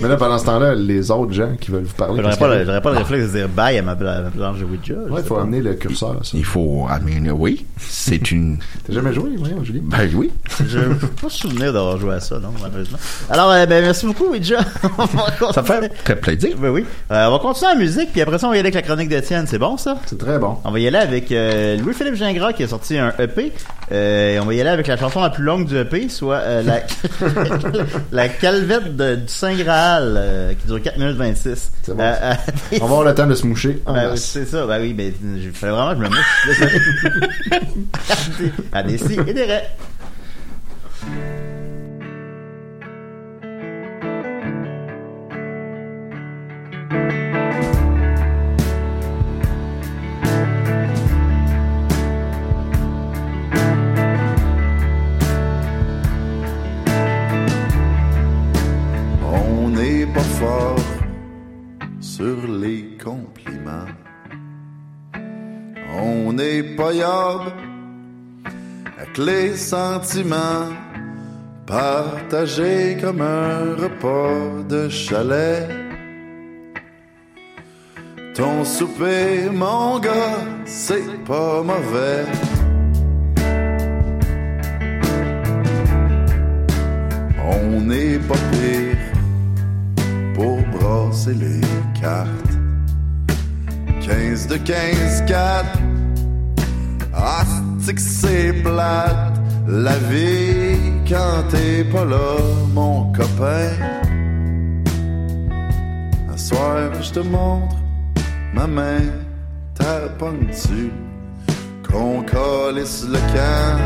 [SPEAKER 9] Mais là, pendant ce temps-là, les autres gens qui veulent vous parler.
[SPEAKER 4] J'aurais
[SPEAKER 9] qu'est-ce
[SPEAKER 4] pas,
[SPEAKER 9] qu'il y
[SPEAKER 4] le-
[SPEAKER 9] a?
[SPEAKER 4] j'aurais pas le
[SPEAKER 9] Ah.
[SPEAKER 4] réflexe de dire bye à ma, à ma planche de Ouija.
[SPEAKER 9] Ouais, faut amener le curseur.
[SPEAKER 3] Il faut amener, oui, c'est une...
[SPEAKER 9] T'as jamais joué, voyons, Julien?
[SPEAKER 3] Ben oui.
[SPEAKER 4] Je ne pas me souvenir d'avoir joué à ça, non, malheureusement. Alors, euh, ben, merci beaucoup, Ouija. ça fait
[SPEAKER 3] très plaisir.
[SPEAKER 4] Ben oui. Euh, on va continuer la musique, puis après ça, on va y aller avec la chronique d'Étienne. C'est bon, ça?
[SPEAKER 9] C'est très bon.
[SPEAKER 4] On va y aller avec euh, Louis-Philippe Gingras qui a sorti un EP. Euh, et on va y aller avec la chanson la plus longue du EP, soit euh, la, la calvette de- du Saint Graal, euh, qui dure 4 minutes 26. Euh, euh,
[SPEAKER 9] On va avoir le temps de se moucher. en
[SPEAKER 4] ben oui,
[SPEAKER 9] masse.
[SPEAKER 4] c'est ça, ben oui, mais il fallait vraiment que je me mouche. à des si et des raies.
[SPEAKER 6] On n'est pas fort sur les compliments. On n'est pas yob avec les sentiments partagés comme un repas de chalet. Ton souper, mon gars, c'est pas mauvais. On n'est pas pire pour brasser les cartes. 15 de 15, 4. Ah, c'est que c'est plate. La vie quand t'es pas là, mon copain. Un soir, je te montre ma main, ta ponctue. Qu'on colisse le camp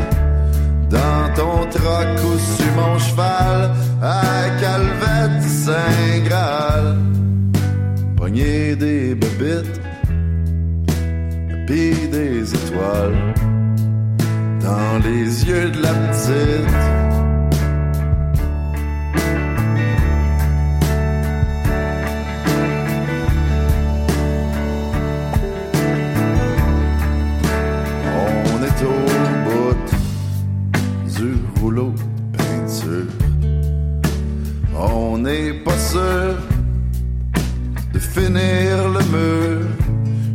[SPEAKER 6] dans ton troc ou sur mon cheval, à Calvette du Saint Graal. Pogner des bébites, pis des étoiles, dans les yeux de la petite. On est au bout du rouleau de peinture. On n'est pas sûr de finir le mur.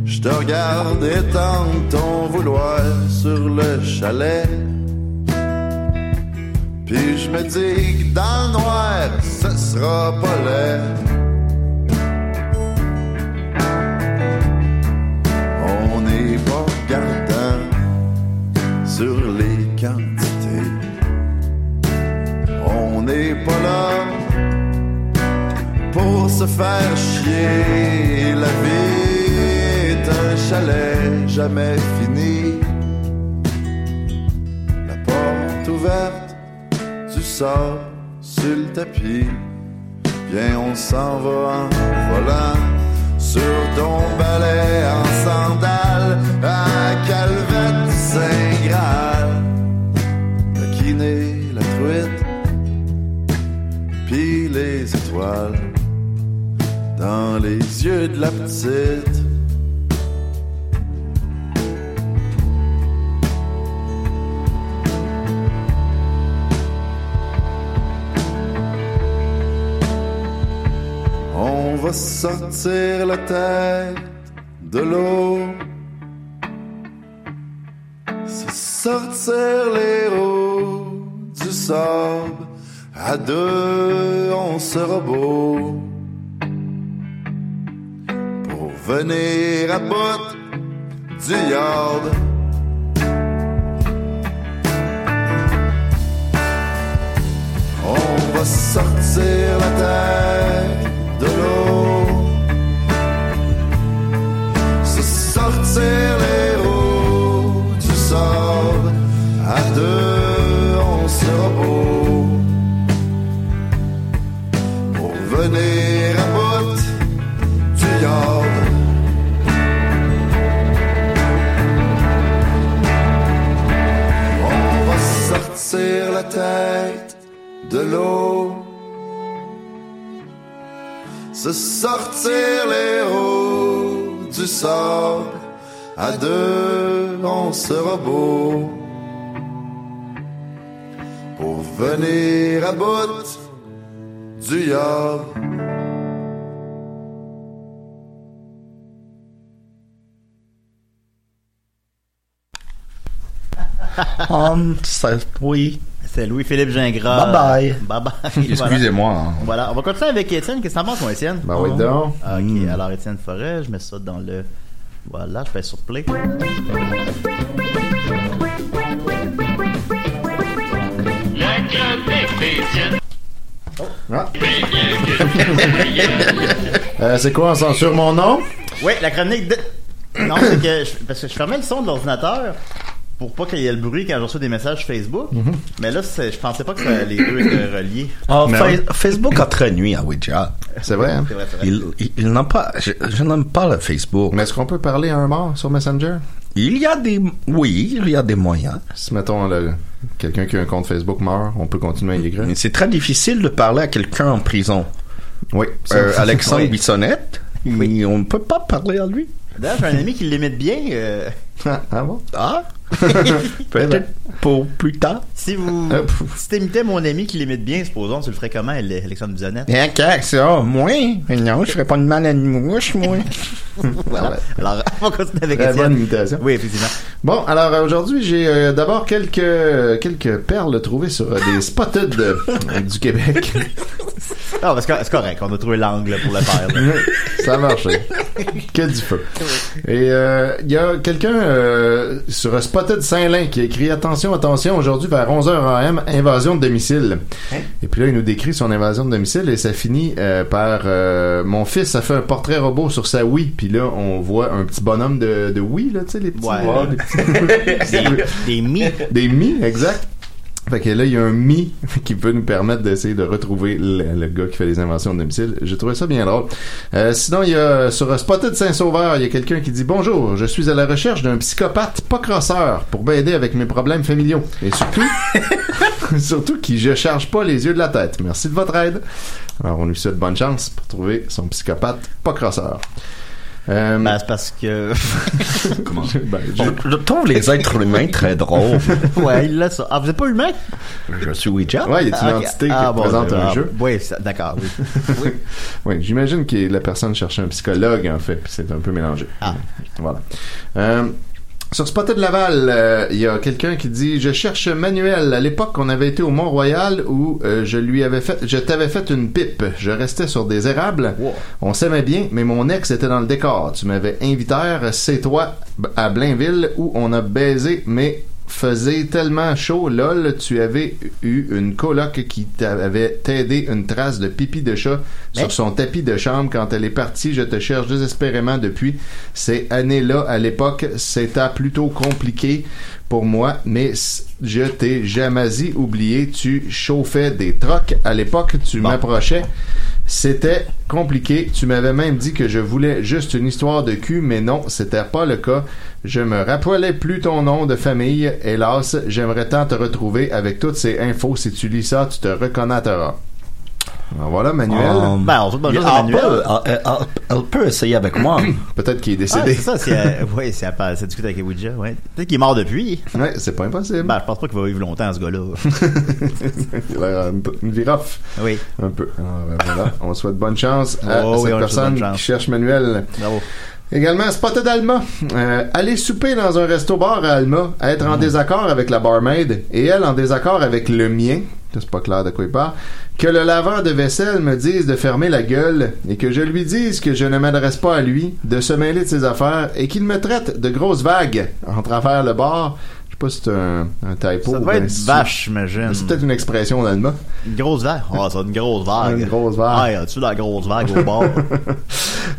[SPEAKER 6] Je te regarde étendre ton vouloir sur le chalet. Puis je me dis que dans le noir, ce sera pas laid. On n'est pas regardant sur les quantités. On n'est pas là pour se faire chier. La vie est un chalet jamais fini. La porte ouverte, tu sors sur le tapis. Viens, on s'en va en volant sur ton balai en sandales à Calvette Saint Graal. Taquiner la truite, puis les étoiles dans les yeux de la petite. On va sortir la tête de l'eau. Se sortir les roues du sable. À deux, on sera beau. Pour venir à bout du yard. On va sortir la tête de l'eau. Se sortir les roues du sable. À deux, on sera beau. Pour venir à bout du yard. On va sortir la tête
[SPEAKER 11] de l'eau, se sortir les roues du sable, à deux on sera beau, pour venir à bout du yob.
[SPEAKER 6] Hum, c'est- oui.
[SPEAKER 8] C'est Louis-Philippe Gingras.
[SPEAKER 6] Bye
[SPEAKER 8] bye. Bye bye.
[SPEAKER 4] Excusez-moi. hein.
[SPEAKER 8] Voilà. Voilà, on va continuer avec Étienne. Qu'est-ce que t'en penses, moi, Étienne?
[SPEAKER 4] Ben oui, donc.
[SPEAKER 8] Ah, Ok,
[SPEAKER 4] Hum.
[SPEAKER 8] alors Étienne Forêt, je mets ça dans le. Voilà, je fais sur play.
[SPEAKER 4] Euh, c'est quoi, on censure mon nom?
[SPEAKER 8] Oui, la chronique de. Non, c'est que. je- Parce que je fermais le son de l'ordinateur pour pas qu'il y ait le bruit quand je reçois des messages Facebook.
[SPEAKER 9] Mm-hmm.
[SPEAKER 8] Mais là, c'est- je pensais pas que ça- les deux étaient reliés.
[SPEAKER 6] Ah,
[SPEAKER 8] Mais
[SPEAKER 6] Fa-
[SPEAKER 8] oui.
[SPEAKER 6] Facebook a très nuit à Ouija.
[SPEAKER 4] C'est vrai, hein? C'est vrai, c'est vrai.
[SPEAKER 6] Il, il- il n'a pas, je, je n'aime pas le Facebook.
[SPEAKER 4] Mais est-ce qu'on peut parler à un mort sur Messenger?
[SPEAKER 6] Il y a des, oui, il y a des moyens.
[SPEAKER 4] Si, mettons, le- quelqu'un qui a un compte Facebook meurt, on peut continuer à y écrire.
[SPEAKER 6] Mais c'est très difficile de parler à quelqu'un en prison.
[SPEAKER 4] Oui.
[SPEAKER 6] Euh, Alexandre
[SPEAKER 4] Oui.
[SPEAKER 6] Bissonnette, il- on ne peut pas parler à lui.
[SPEAKER 8] D'ailleurs, j'ai un ami qui l'imite bien. euh,
[SPEAKER 4] Ah, ah bon?
[SPEAKER 6] Ah? Peut-être pour plus tard.
[SPEAKER 8] Si vous.
[SPEAKER 6] Euh, pff.
[SPEAKER 8] si t'imitais mon ami qui l'imite bien, supposons, tu le ferais comment, Ale- Alexandre Bisonnette?
[SPEAKER 6] Bien que ça, moi, non, je ferais pas de mal à une mouche, moi.
[SPEAKER 8] Voilà. Alors, on va continuer avec
[SPEAKER 4] Très bonne
[SPEAKER 8] Étienne.
[SPEAKER 4] imitation.
[SPEAKER 8] Oui, effectivement.
[SPEAKER 4] Bon, alors euh, aujourd'hui, j'ai euh, d'abord quelques, quelques perles trouvées sur euh, des spotted euh, du Québec.
[SPEAKER 8] Non, parce que c'est correct, on a trouvé l'angle pour le faire. là.
[SPEAKER 4] Ça a marché. Que du feu. Et euh, il y a quelqu'un euh, sur un Spotted Saint-Lin qui a écrit Attention, attention, aujourd'hui vers 11h AM, invasion de domicile. Et puis là, il nous décrit son invasion de domicile et ça finit euh, par euh, Mon fils a fait un portrait robot sur sa Wii. Puis là, on voit un petit bonhomme de, de Wii, là, tu sais, les petits.
[SPEAKER 8] Ouais.
[SPEAKER 4] des petits-
[SPEAKER 8] Des mi.
[SPEAKER 4] des mi, exact. Fait que là, il y a un mi qui peut nous permettre d'essayer de retrouver le, le gars qui fait les inventions de domicile. J'ai trouvé ça bien drôle. Euh, sinon, il y a sur Spotted Saint-Sauveur, il y a quelqu'un qui dit Bonjour, je suis à la recherche d'un psychopathe pas crosseur pour m'aider avec mes problèmes familiaux. Et surtout, surtout qui je charge pas les yeux de la tête. Merci de votre aide. Alors, on lui souhaite bonne chance pour trouver son psychopathe pas crosseur. Euh,
[SPEAKER 8] Ben, c'est parce que.
[SPEAKER 4] Comment ben, je-
[SPEAKER 6] Je trouve les êtres humains très drôles.
[SPEAKER 8] ouais, il l'a ça. Ah, vous êtes pas humain?
[SPEAKER 6] Je suis Ouija.
[SPEAKER 4] Ouais, il y a une
[SPEAKER 8] Ah, ok.
[SPEAKER 4] entité qui
[SPEAKER 8] Ah, bon,
[SPEAKER 4] représente
[SPEAKER 8] ben,
[SPEAKER 4] un
[SPEAKER 8] ah,
[SPEAKER 4] jeu.
[SPEAKER 8] Oui, ça- d'accord, oui.
[SPEAKER 4] Oui, j'imagine que la personne cherchait un psychologue, en fait, puis c'est un peu mélangé. Ah. Voilà. Euh, sur Spotted Laval, euh, il y a quelqu'un qui dit Je cherche Manuel. À l'époque, on avait été au Mont-Royal où euh, je lui avais fait, je t'avais fait une pipe. Je restais sur des érables. On s'aimait bien, mais mon ex était dans le décor. Tu m'avais invité, à c'est toi, à Blainville, où on a baisé, mais faisait tellement chaud, lol, tu avais eu une coloc qui t'avait t'aidé une trace de pipi de
[SPEAKER 8] Ben.
[SPEAKER 4] chat sur son tapis de chambre quand elle est partie. Je te cherche désespérément depuis ces années-là. À l'époque, c'était plutôt compliqué pour moi, mais c- je t'ai jamais oublié. Tu chauffais des trocs. À l'époque, tu m'approchais. C'était compliqué. Tu m'avais même dit que je voulais juste une histoire de cul, mais non, c'était pas le cas. Je me rappelais plus ton nom de famille. Hélas, j'aimerais tant te retrouver avec toutes ces infos. Si tu lis ça, tu te reconnaîtras. Alors voilà,
[SPEAKER 6] 哦
[SPEAKER 4] Manuel.
[SPEAKER 8] Ben, on fait bonne chose à
[SPEAKER 6] elle,
[SPEAKER 8] Manuel.
[SPEAKER 6] peut, elle- elle- elle peut essayer avec moi.
[SPEAKER 4] Peut-être qu'il est
[SPEAKER 8] Ah,
[SPEAKER 4] décédé.
[SPEAKER 8] c'est ça, c'est, euh, ouais, c'est, à part- c'est discuté avec Ouija, ouais. Peut-être qu'il est mort depuis.
[SPEAKER 4] Ouais, c'est pas impossible.
[SPEAKER 8] Ben, je pense pas qu'il va vivre longtemps, ce gars-là.
[SPEAKER 4] Il a l'air Euh, un peu- une viroff.
[SPEAKER 8] Oui.
[SPEAKER 4] Un peu. Alors, euh, voilà. On souhaite bonne chance
[SPEAKER 8] Oh,
[SPEAKER 4] à
[SPEAKER 8] oui,
[SPEAKER 4] cette
[SPEAKER 8] on lui souhaite
[SPEAKER 4] personne
[SPEAKER 8] bonne chance.
[SPEAKER 4] qui cherche Manuel.
[SPEAKER 8] Bravo.
[SPEAKER 4] Également, Spotted Alma. Euh, aller souper dans un resto-bar à Alma, être
[SPEAKER 8] Mm.
[SPEAKER 4] en désaccord avec la barmaid et elle en désaccord avec le mien, c'est pas clair de quoi il parle, que le laveur de vaisselle me dise de fermer la gueule et que je lui dise que je ne m'adresse pas à lui, de se mêler de ses affaires et qu'il me traite de grosse vague en travers le bar. Je sais pas si c'est un, un typo.
[SPEAKER 8] Ça
[SPEAKER 4] ou
[SPEAKER 8] va
[SPEAKER 4] ben,
[SPEAKER 8] être
[SPEAKER 4] si-
[SPEAKER 8] vache, j'imagine.
[SPEAKER 4] C'est peut-être une expression d'Alma.
[SPEAKER 8] Une grosse vague. Ah, ça va être une grosse vague.
[SPEAKER 4] Une grosse vague.
[SPEAKER 8] Ouais, as-tu la grosse vague au bord?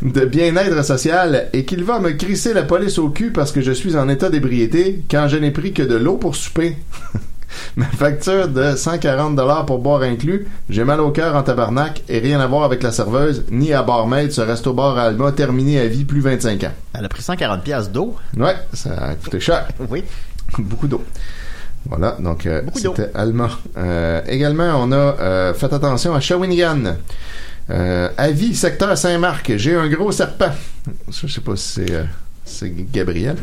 [SPEAKER 4] de bien-être social et qu'il va me crisser la police au cul parce que je suis en état d'ébriété quand je n'ai pris que de l'eau pour souper. Ma facture de 140 dollars pour boire inclus, j'ai mal au cœur en tabarnak et rien à voir avec la serveuse ni à barmaid ce resto bar à Alma terminé à vie plus 25 ans.
[SPEAKER 8] Elle a pris 140 pièces d'eau.
[SPEAKER 4] Ouais, ça a coûté cher.
[SPEAKER 8] Oui.
[SPEAKER 4] Beaucoup d'eau. Voilà, donc euh,
[SPEAKER 8] Beaucoup d'eau.
[SPEAKER 4] c'était allemand. Euh, également, on a euh, faites attention à Shawinigan. Euh, avis secteur Saint-Marc, j'ai un gros serpent. Ça, je sais pas si c'est euh, c'est Gabriel.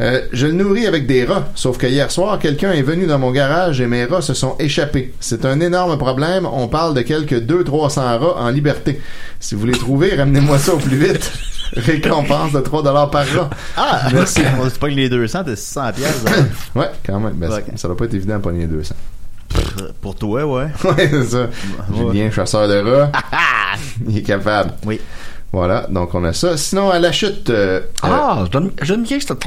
[SPEAKER 4] Euh, je le nourris avec des rats, sauf que hier soir, quelqu'un est venu dans mon garage et mes rats se sont échappés. C'est un énorme problème. On parle de quelques 200-300 rats en liberté. Si vous les trouvez, ramenez-moi ça au plus vite. Récompense de 3 dollars par rat.
[SPEAKER 8] Ah!
[SPEAKER 4] Merci.
[SPEAKER 8] On se pas que les 200, t'as 600 piastres. hein.
[SPEAKER 4] ouais, quand même. Ben, ça- Ça va pas être évident à pogner 200.
[SPEAKER 8] Pour toi, ouais.
[SPEAKER 4] Ouais, c'est ça. Julien, chasseur de rats. Il est capable.
[SPEAKER 8] Oui.
[SPEAKER 4] Voilà, donc on a ça. Sinon, à la chute. euh,
[SPEAKER 6] Ah, j'aime bien cet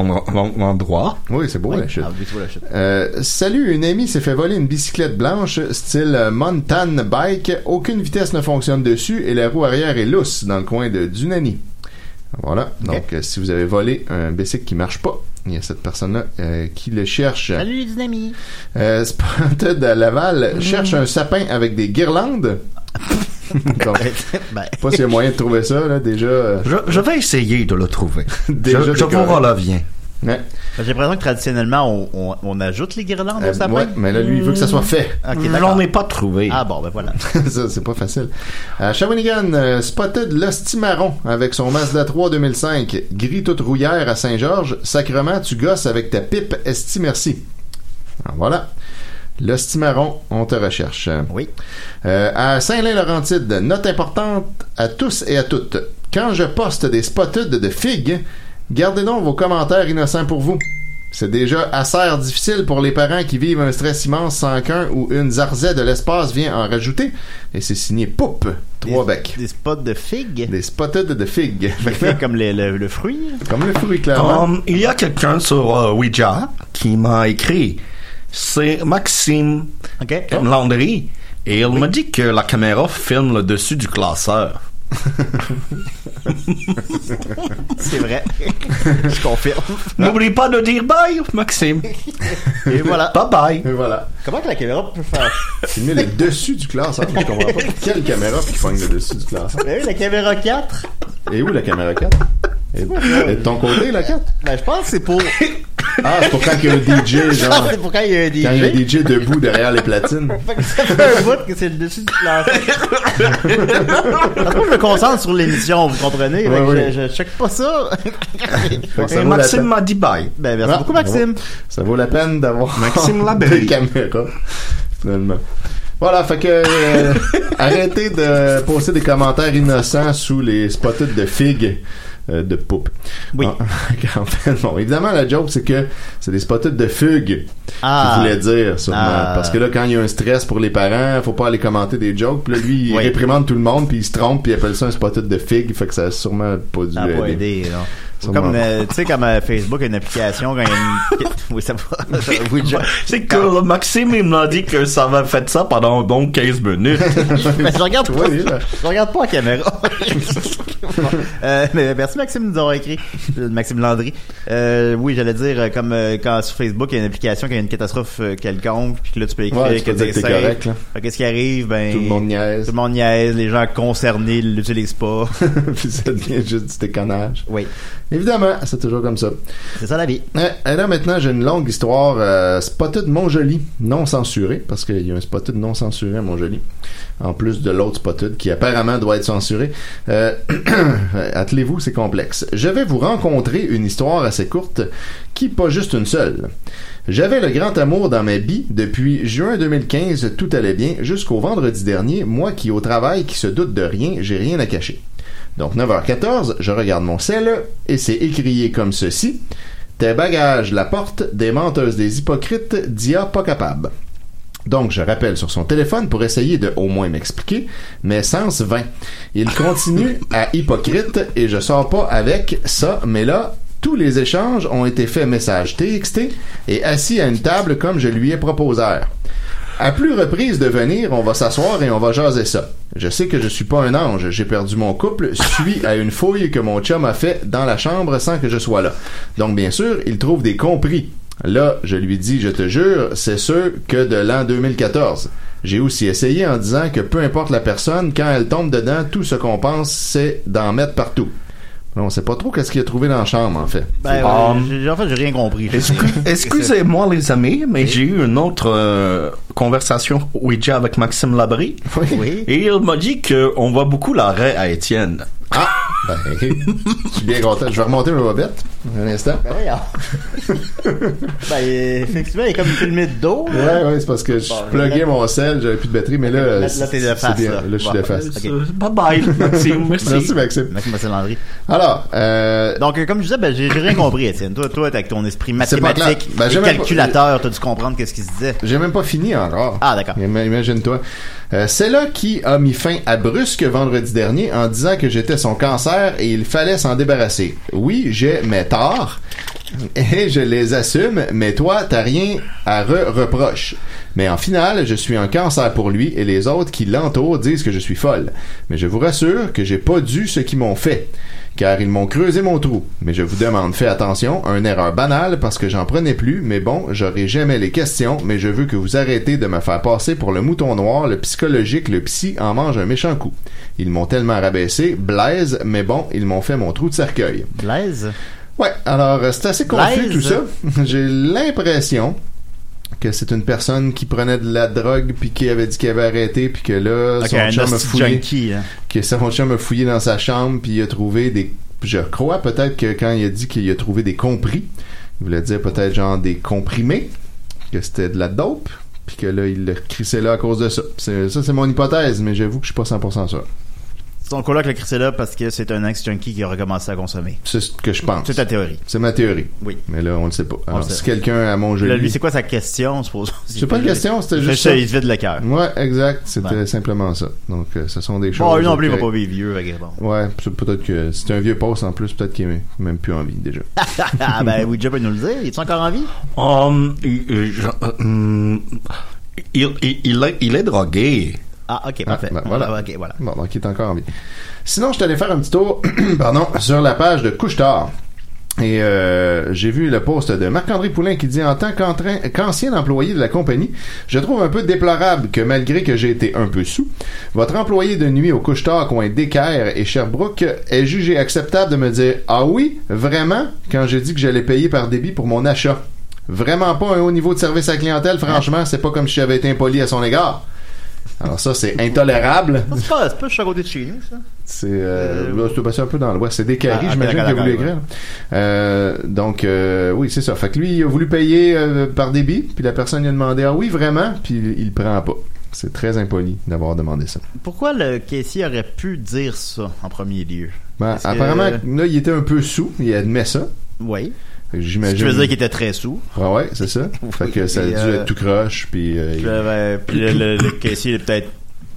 [SPEAKER 6] endroit.
[SPEAKER 4] Oui, c'est beau,
[SPEAKER 8] Oui.
[SPEAKER 4] la chute.
[SPEAKER 8] Ah, oui, tu vois la chute.
[SPEAKER 4] Euh, salut, une amie s'est fait voler une bicyclette blanche style euh, mountain bike. Aucune vitesse ne fonctionne dessus et la roue arrière est lousse dans le coin de Dunani. Voilà. Donc, euh, si vous avez volé un bicycle qui marche pas, il y a cette personne-là euh, qui le cherche.
[SPEAKER 8] Salut les dynamis.
[SPEAKER 4] Euh, Spotted à Laval cherche un sapin avec des guirlandes. Donc, je sais pas s'il y a moyen de trouver ça, là, déjà. euh,
[SPEAKER 6] Je, je vais essayer de le trouver.
[SPEAKER 4] Déjà
[SPEAKER 6] je je vous
[SPEAKER 4] décoré.
[SPEAKER 6] reviens.
[SPEAKER 4] Ouais.
[SPEAKER 8] J'ai l'impression que traditionnellement, on, on- on ajoute les guirlandes
[SPEAKER 4] Euh,
[SPEAKER 8] au sapin. Ah.
[SPEAKER 4] ouais,
[SPEAKER 6] Mm,
[SPEAKER 4] mais là, lui, il veut que ça soit fait.
[SPEAKER 8] Ok,
[SPEAKER 4] Je
[SPEAKER 8] d'accord.
[SPEAKER 4] l'en ai
[SPEAKER 6] pas trouvé.
[SPEAKER 8] Ah bon, ben voilà.
[SPEAKER 4] ça, c'est pas facile. À Shawinigan, euh, spotted l'ostimaron avec son Mazda 3 2005. Gris toute rouillère à Saint-Georges. Sacrement, tu gosses avec ta pipe. Esti merci. Alors, voilà. L'ostimaron, on te recherche. Euh,
[SPEAKER 8] Oui.
[SPEAKER 4] à Saint-Lin-Laurentide, note importante à tous et à toutes. Quand je poste des spotted de figues, gardez donc vos commentaires innocents pour vous. C'est déjà assez difficile pour les parents qui vivent un stress immense sans qu'un ou une zarzée de l'espace vienne en rajouter. Et c'est signé Poupe, trois becs.
[SPEAKER 8] Des spots de figues?
[SPEAKER 4] Des spotted de figues.
[SPEAKER 8] comme le, le- le fruit?
[SPEAKER 4] Comme le fruit, clairement.
[SPEAKER 6] Um, il y a quelqu'un sur euh, Ouija qui m'a écrit. C'est Maxime M. Landry. Et il m'a dit que la caméra filme le dessus du classeur.
[SPEAKER 8] C'est vrai. Je confirme.
[SPEAKER 6] N'oublie pas de dire bye, Maxime.
[SPEAKER 8] Et voilà.
[SPEAKER 6] Bye bye.
[SPEAKER 4] Et voilà.
[SPEAKER 8] Comment que la caméra peut faire
[SPEAKER 4] Filmer le dessus du classeur. Je comprends pas. Quelle caméra qui pogne le dessus du classeur?
[SPEAKER 8] Ben oui, la caméra 4.
[SPEAKER 4] Et où la caméra 4? Et, et de ton côté, la 4?
[SPEAKER 8] Ben, je pense que c'est pour.
[SPEAKER 4] Ah, c'est pour quand il y a un DJ,
[SPEAKER 8] Je
[SPEAKER 4] genre.
[SPEAKER 8] pense que c'est pour quand il y a un
[SPEAKER 4] Quand il y a un
[SPEAKER 8] DJ.
[SPEAKER 4] DJ debout derrière les platines.
[SPEAKER 8] Ça fait un bout que c'est le dessus du classeur. Parce que moi, je me concentre sur l'émission, vous comprenez?
[SPEAKER 4] Ouais,
[SPEAKER 8] Fait que
[SPEAKER 4] oui.
[SPEAKER 8] Je, je check pas ça.
[SPEAKER 4] Fait que ça
[SPEAKER 6] Et
[SPEAKER 4] vaut la
[SPEAKER 6] Maxime
[SPEAKER 4] peine.
[SPEAKER 6] m'a dit bye.
[SPEAKER 8] Ben, merci
[SPEAKER 4] Ah,
[SPEAKER 8] beaucoup, Maxime.
[SPEAKER 4] Ça vaut la peine d'avoir
[SPEAKER 6] Maxime Labelle.
[SPEAKER 4] deux caméras, finalement. Voilà, fait que euh, arrêtez de poster des commentaires innocents sous les spotted de figues euh, de poupe.
[SPEAKER 8] Oui.
[SPEAKER 4] En- en fait, bon, évidemment, la joke, c'est que c'est des spotted de fugue
[SPEAKER 8] Ah.
[SPEAKER 4] qu'il voulait dire, sûrement.
[SPEAKER 8] Ah.
[SPEAKER 4] Parce que là, quand il y a un stress pour les parents, faut pas aller commenter des jokes. Puis là, lui, il
[SPEAKER 8] Oui.
[SPEAKER 4] réprimande tout le monde, puis il se trompe, puis il appelle ça un spotted de figue. Fait que ça a sûrement pas dû
[SPEAKER 8] Ça n'a pas
[SPEAKER 4] aider.
[SPEAKER 8] aidé, non. Ou
[SPEAKER 4] Sûrement
[SPEAKER 8] Comme,
[SPEAKER 4] pas.
[SPEAKER 8] euh, tu sais, comme euh, Facebook a une application quand il y a une... oui, ça va. ça va, oui, je-
[SPEAKER 6] C'est cool. Maxime, il m'a dit que ça avait fait ça pendant un bon 15 minutes.
[SPEAKER 8] Mais je regarde pas,
[SPEAKER 4] Oui, là.
[SPEAKER 8] je regarde pas la caméra. Bon. Euh, mais merci Maxime de nous avoir écrit, Euh, Maxime Landry. Euh, oui, j'allais dire euh, comme euh, quand sur Facebook il y a une application quand il y a une catastrophe euh, quelconque, puis que là tu peux écrire
[SPEAKER 4] Ouais, tu peux dire que t'es
[SPEAKER 8] safe.
[SPEAKER 4] correct, là.
[SPEAKER 8] Fait qu'est-ce qui arrive Ben
[SPEAKER 4] Tout le monde niaise.
[SPEAKER 8] tout le monde niaise, les gens concernés l'utilisent pas.
[SPEAKER 4] puis ça devient juste du déconnage.
[SPEAKER 8] oui,
[SPEAKER 4] Évidemment, c'est toujours comme ça.
[SPEAKER 8] c'est ça la vie.
[SPEAKER 4] Euh, Et là, maintenant, j'ai une longue histoire euh, Spotted Montjoli, non censuré, parce qu'il y a un Spotted non censuré à Montjoli, en plus de l'autre Spotted qui apparemment doit être censuré. Euh, Attelez-vous, c'est complexe. Je vais vous rencontrer une histoire assez courte, qui pas juste une seule. J'avais le grand amour dans ma bille depuis juin 2015, tout allait bien, jusqu'au vendredi dernier, moi qui au travail, qui se doute de rien, j'ai rien à cacher. Donc 9h14, je regarde mon sel et c'est écrié comme ceci. Tes bagages, la porte, des menteuses, des hypocrites, dia pas capable. Donc, je rappelle sur son téléphone pour essayer de au moins m'expliquer, mais sens 20. Il continue à hypocrite et je sors pas avec ça, mais là, tous les échanges ont été faits message TXT et assis à une table comme je lui ai proposé. À plus reprises de venir, on va s'asseoir et on va jaser ça. Je sais que je suis pas un ange, j'ai perdu mon couple, suis à une fouille que mon chum a fait dans la chambre sans que je sois là. Donc bien sûr, il trouve des compris. Là, je lui dis, je te jure, c'est sûr que de l'an 2014. J'ai aussi essayé en disant que peu importe la personne, quand elle tombe dedans, tout ce qu'on pense, c'est d'en mettre partout. On sait pas trop qu'est-ce qu'il a trouvé dans la chambre, en fait.
[SPEAKER 8] Ben,
[SPEAKER 9] Ah.
[SPEAKER 8] euh, j'ai- en fait, j'ai rien compris.
[SPEAKER 9] Excusez-moi, les amis, mais j'ai eu une autre euh, conversation Ouija avec Maxime Labry.
[SPEAKER 4] Oui.
[SPEAKER 9] Et il m'a dit qu'on voit beaucoup l'arrêt à Étienne.
[SPEAKER 4] Ah! Ben, je suis bien content. Je vais remonter ma bobette. Un instant.
[SPEAKER 8] Ben, voyons. ben, euh, effectivement, il est comme filmé d'eau.
[SPEAKER 4] Ouais, ouais, c'est parce que je
[SPEAKER 8] Bon,
[SPEAKER 4] pluguais
[SPEAKER 8] là-
[SPEAKER 4] mon sel, j'avais plus de batterie, mais
[SPEAKER 8] Là,
[SPEAKER 4] là,
[SPEAKER 8] là,
[SPEAKER 4] c'est
[SPEAKER 8] t'es de face.
[SPEAKER 4] c'est bien.
[SPEAKER 8] là.
[SPEAKER 4] je suis
[SPEAKER 8] Bon.
[SPEAKER 4] de face.
[SPEAKER 8] Ok.
[SPEAKER 9] Bye-bye, Maxime. Merci.
[SPEAKER 4] Merci, Maxime.
[SPEAKER 8] Maxime Maxime Landry.
[SPEAKER 4] Alors, euh,
[SPEAKER 8] Donc, euh, comme je disais, ben, j'ai j'ai rien compris, Étienne. Toi, toi, avec ton esprit
[SPEAKER 4] C'est pas clair.
[SPEAKER 8] mathématique
[SPEAKER 4] Ben, j'ai
[SPEAKER 8] et
[SPEAKER 4] même pas-
[SPEAKER 8] calculateur, t'as dû comprendre qu'est-ce qu'il se disait.
[SPEAKER 4] J'ai même pas fini encore.
[SPEAKER 8] Ah, d'accord.
[SPEAKER 4] Ima- Imagine-toi. Euh, c'est là qui a mis fin à Brusque vendredi dernier en disant que j'étais son cancer et il fallait s'en débarrasser. Oui, j'ai mes torts et je les assume, mais toi, t'as rien à re-reproche. Mais en finale, je suis un cancer pour lui et les autres qui l'entourent disent que je suis folle. Mais je vous rassure que j'ai pas dû ce qu'ils m'ont fait car ils m'ont creusé mon trou. Mais je vous demande, faites attention, une erreur banale parce que j'en prenais plus, mais bon, j'aurai jamais les questions, mais je veux que vous arrêtez de me faire passer pour le mouton noir, le psychologique, le psy en mange un méchant coup. Ils m'ont tellement rabaissé, blaise, mais bon, ils m'ont fait mon trou de cercueil.
[SPEAKER 8] Blaise?
[SPEAKER 4] Ouais, alors euh, c'est assez confus
[SPEAKER 8] Blaise?
[SPEAKER 4] tout ça. J'ai l'impression que c'est une personne qui prenait de la drogue puis qui avait dit qu'elle avait arrêté puis que là
[SPEAKER 8] Ok, un
[SPEAKER 4] son chum a
[SPEAKER 8] hostie
[SPEAKER 4] fouillé
[SPEAKER 8] junkie, hein.
[SPEAKER 4] que son chum a fouillé dans sa chambre puis il a trouvé des je crois peut-être que quand il a dit qu'il a trouvé des compris il voulait dire peut-être genre des comprimés que c'était de la dope puis que là il le crissait là à cause de ça C'est- ça c'est mon hypothèse mais j'avoue que je suis pas 100% sûr
[SPEAKER 8] Son coloc l'a crissé là parce que c'est un ex-junkie qui a recommencé à consommer.
[SPEAKER 4] c'est ce que je pense
[SPEAKER 8] C'est ta théorie.
[SPEAKER 4] c'est ma théorie
[SPEAKER 8] Oui.
[SPEAKER 4] mais là on le sait pas
[SPEAKER 8] On le
[SPEAKER 4] alors
[SPEAKER 8] sait.
[SPEAKER 4] si quelqu'un à mon jeu
[SPEAKER 8] Là, lui, c'est quoi sa question, suppose?
[SPEAKER 4] C'est pas une question, c'était juste ça.
[SPEAKER 8] Il se vide le cœur.
[SPEAKER 4] Ouais, exact. C'était
[SPEAKER 8] Ouais.
[SPEAKER 4] simplement ça. Donc, euh, ce sont des choses.
[SPEAKER 8] Bon, Ah, lui non plus, il va
[SPEAKER 4] auxquelles-
[SPEAKER 8] pas vivre vieux, fait que bon.
[SPEAKER 4] Ouais, c'est peut-être que c'est un vieux poste en plus, peut-être qu'il est même plus en vie déjà.
[SPEAKER 8] ah, ben, Ouija peut nous le dire. Il est encore en vie?
[SPEAKER 9] Hum, il- euh, je- euh, hum, il, il- il est, il est drogué.
[SPEAKER 8] Ah, ok, parfait.
[SPEAKER 4] Ah, ben, voilà.
[SPEAKER 8] Ah, ok, voilà.
[SPEAKER 4] Bon, donc il est encore en vie. Sinon, je t'allais faire un petit tour, pardon, sur la page de Couche-Tard. Et euh, j'ai vu le poste de Marc-André Poulain qui dit en tant qu'entrain- qu'ancien employé de la compagnie, je trouve un peu déplorable que malgré que j'ai été un peu sous, votre employé de nuit au Couche-Tard, coin d'Équerre et Sherbrooke est jugé acceptable de me dire ah oui vraiment quand j'ai dit que j'allais payer par débit pour mon achat. Vraiment pas un haut niveau de service à clientèle, franchement, c'est pas comme si j'avais été impoli à son égard. Alors ça, c'est intolérable.
[SPEAKER 8] Ça, C'est pas, c'est pas juste à côté de chez nous, ça.
[SPEAKER 4] C'est euh, là, c'est passé un peu dans l'ouest. C'est des
[SPEAKER 8] Ah,
[SPEAKER 4] caries,
[SPEAKER 8] ok,
[SPEAKER 4] j'imagine
[SPEAKER 8] d'accord,
[SPEAKER 4] qu'il a voulu
[SPEAKER 8] d'accord,
[SPEAKER 4] écrire. Euh, donc euh, oui, c'est ça. Fait que lui, il a voulu payer euh, par débit, puis la personne lui a demandé ah oui vraiment, puis il, il prend pas. C'est très impoli d'avoir demandé ça.
[SPEAKER 8] Pourquoi le caissier aurait pu dire ça en premier lieu?
[SPEAKER 4] Ben,
[SPEAKER 8] Parce que-
[SPEAKER 4] apparemment, là, il était un peu sous. Il admet ça.
[SPEAKER 8] Oui.
[SPEAKER 4] Fait que J'imagine.
[SPEAKER 8] Tu veux dire qu'il était très sous.
[SPEAKER 4] Ah ouais, c'est ça. Fait que ça a
[SPEAKER 8] Et,
[SPEAKER 4] dû
[SPEAKER 8] euh,
[SPEAKER 4] être tout croche, puis. euh,
[SPEAKER 8] Puis,
[SPEAKER 4] il-
[SPEAKER 8] euh, puis le, le- le caissier est peut-être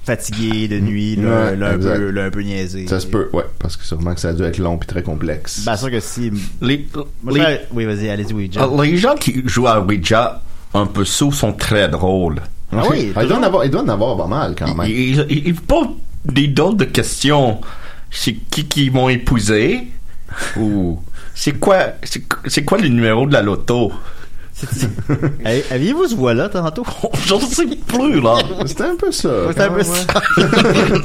[SPEAKER 8] fatigué de nuit, là,
[SPEAKER 4] Ouais,
[SPEAKER 8] là, un,
[SPEAKER 4] exact.
[SPEAKER 8] peu, là, un peu niaisé.
[SPEAKER 4] Ça se peut, ouais, parce que sûrement que ça a dû être long puis très complexe.
[SPEAKER 8] Ben, sûr que si.
[SPEAKER 9] Les,
[SPEAKER 8] Moi,
[SPEAKER 9] les-
[SPEAKER 8] je fais- Oui, vas-y, allez-y, Ouija.
[SPEAKER 4] Ah,
[SPEAKER 9] euh, les gens qui jouent à Ouija un peu sous sont très drôles.
[SPEAKER 8] Ah oui,
[SPEAKER 4] Ah, il, doit en
[SPEAKER 8] toujours.
[SPEAKER 4] avoir, il doit en avoir pas mal quand même.
[SPEAKER 9] Ils, ils, ils posent des drôles de questions. C'est qui qui m'ont épousé? Ou c'est quoi, c'est c'est quoi le numéro de la loto?
[SPEAKER 8] Hey, Aviez-vous ce voix-là tantôt?
[SPEAKER 9] J'en Oh, sais plus, là.
[SPEAKER 4] C'était un peu ça. Ah,
[SPEAKER 8] C'est un
[SPEAKER 4] quand
[SPEAKER 8] peu
[SPEAKER 4] même,
[SPEAKER 8] ça.
[SPEAKER 4] ouais.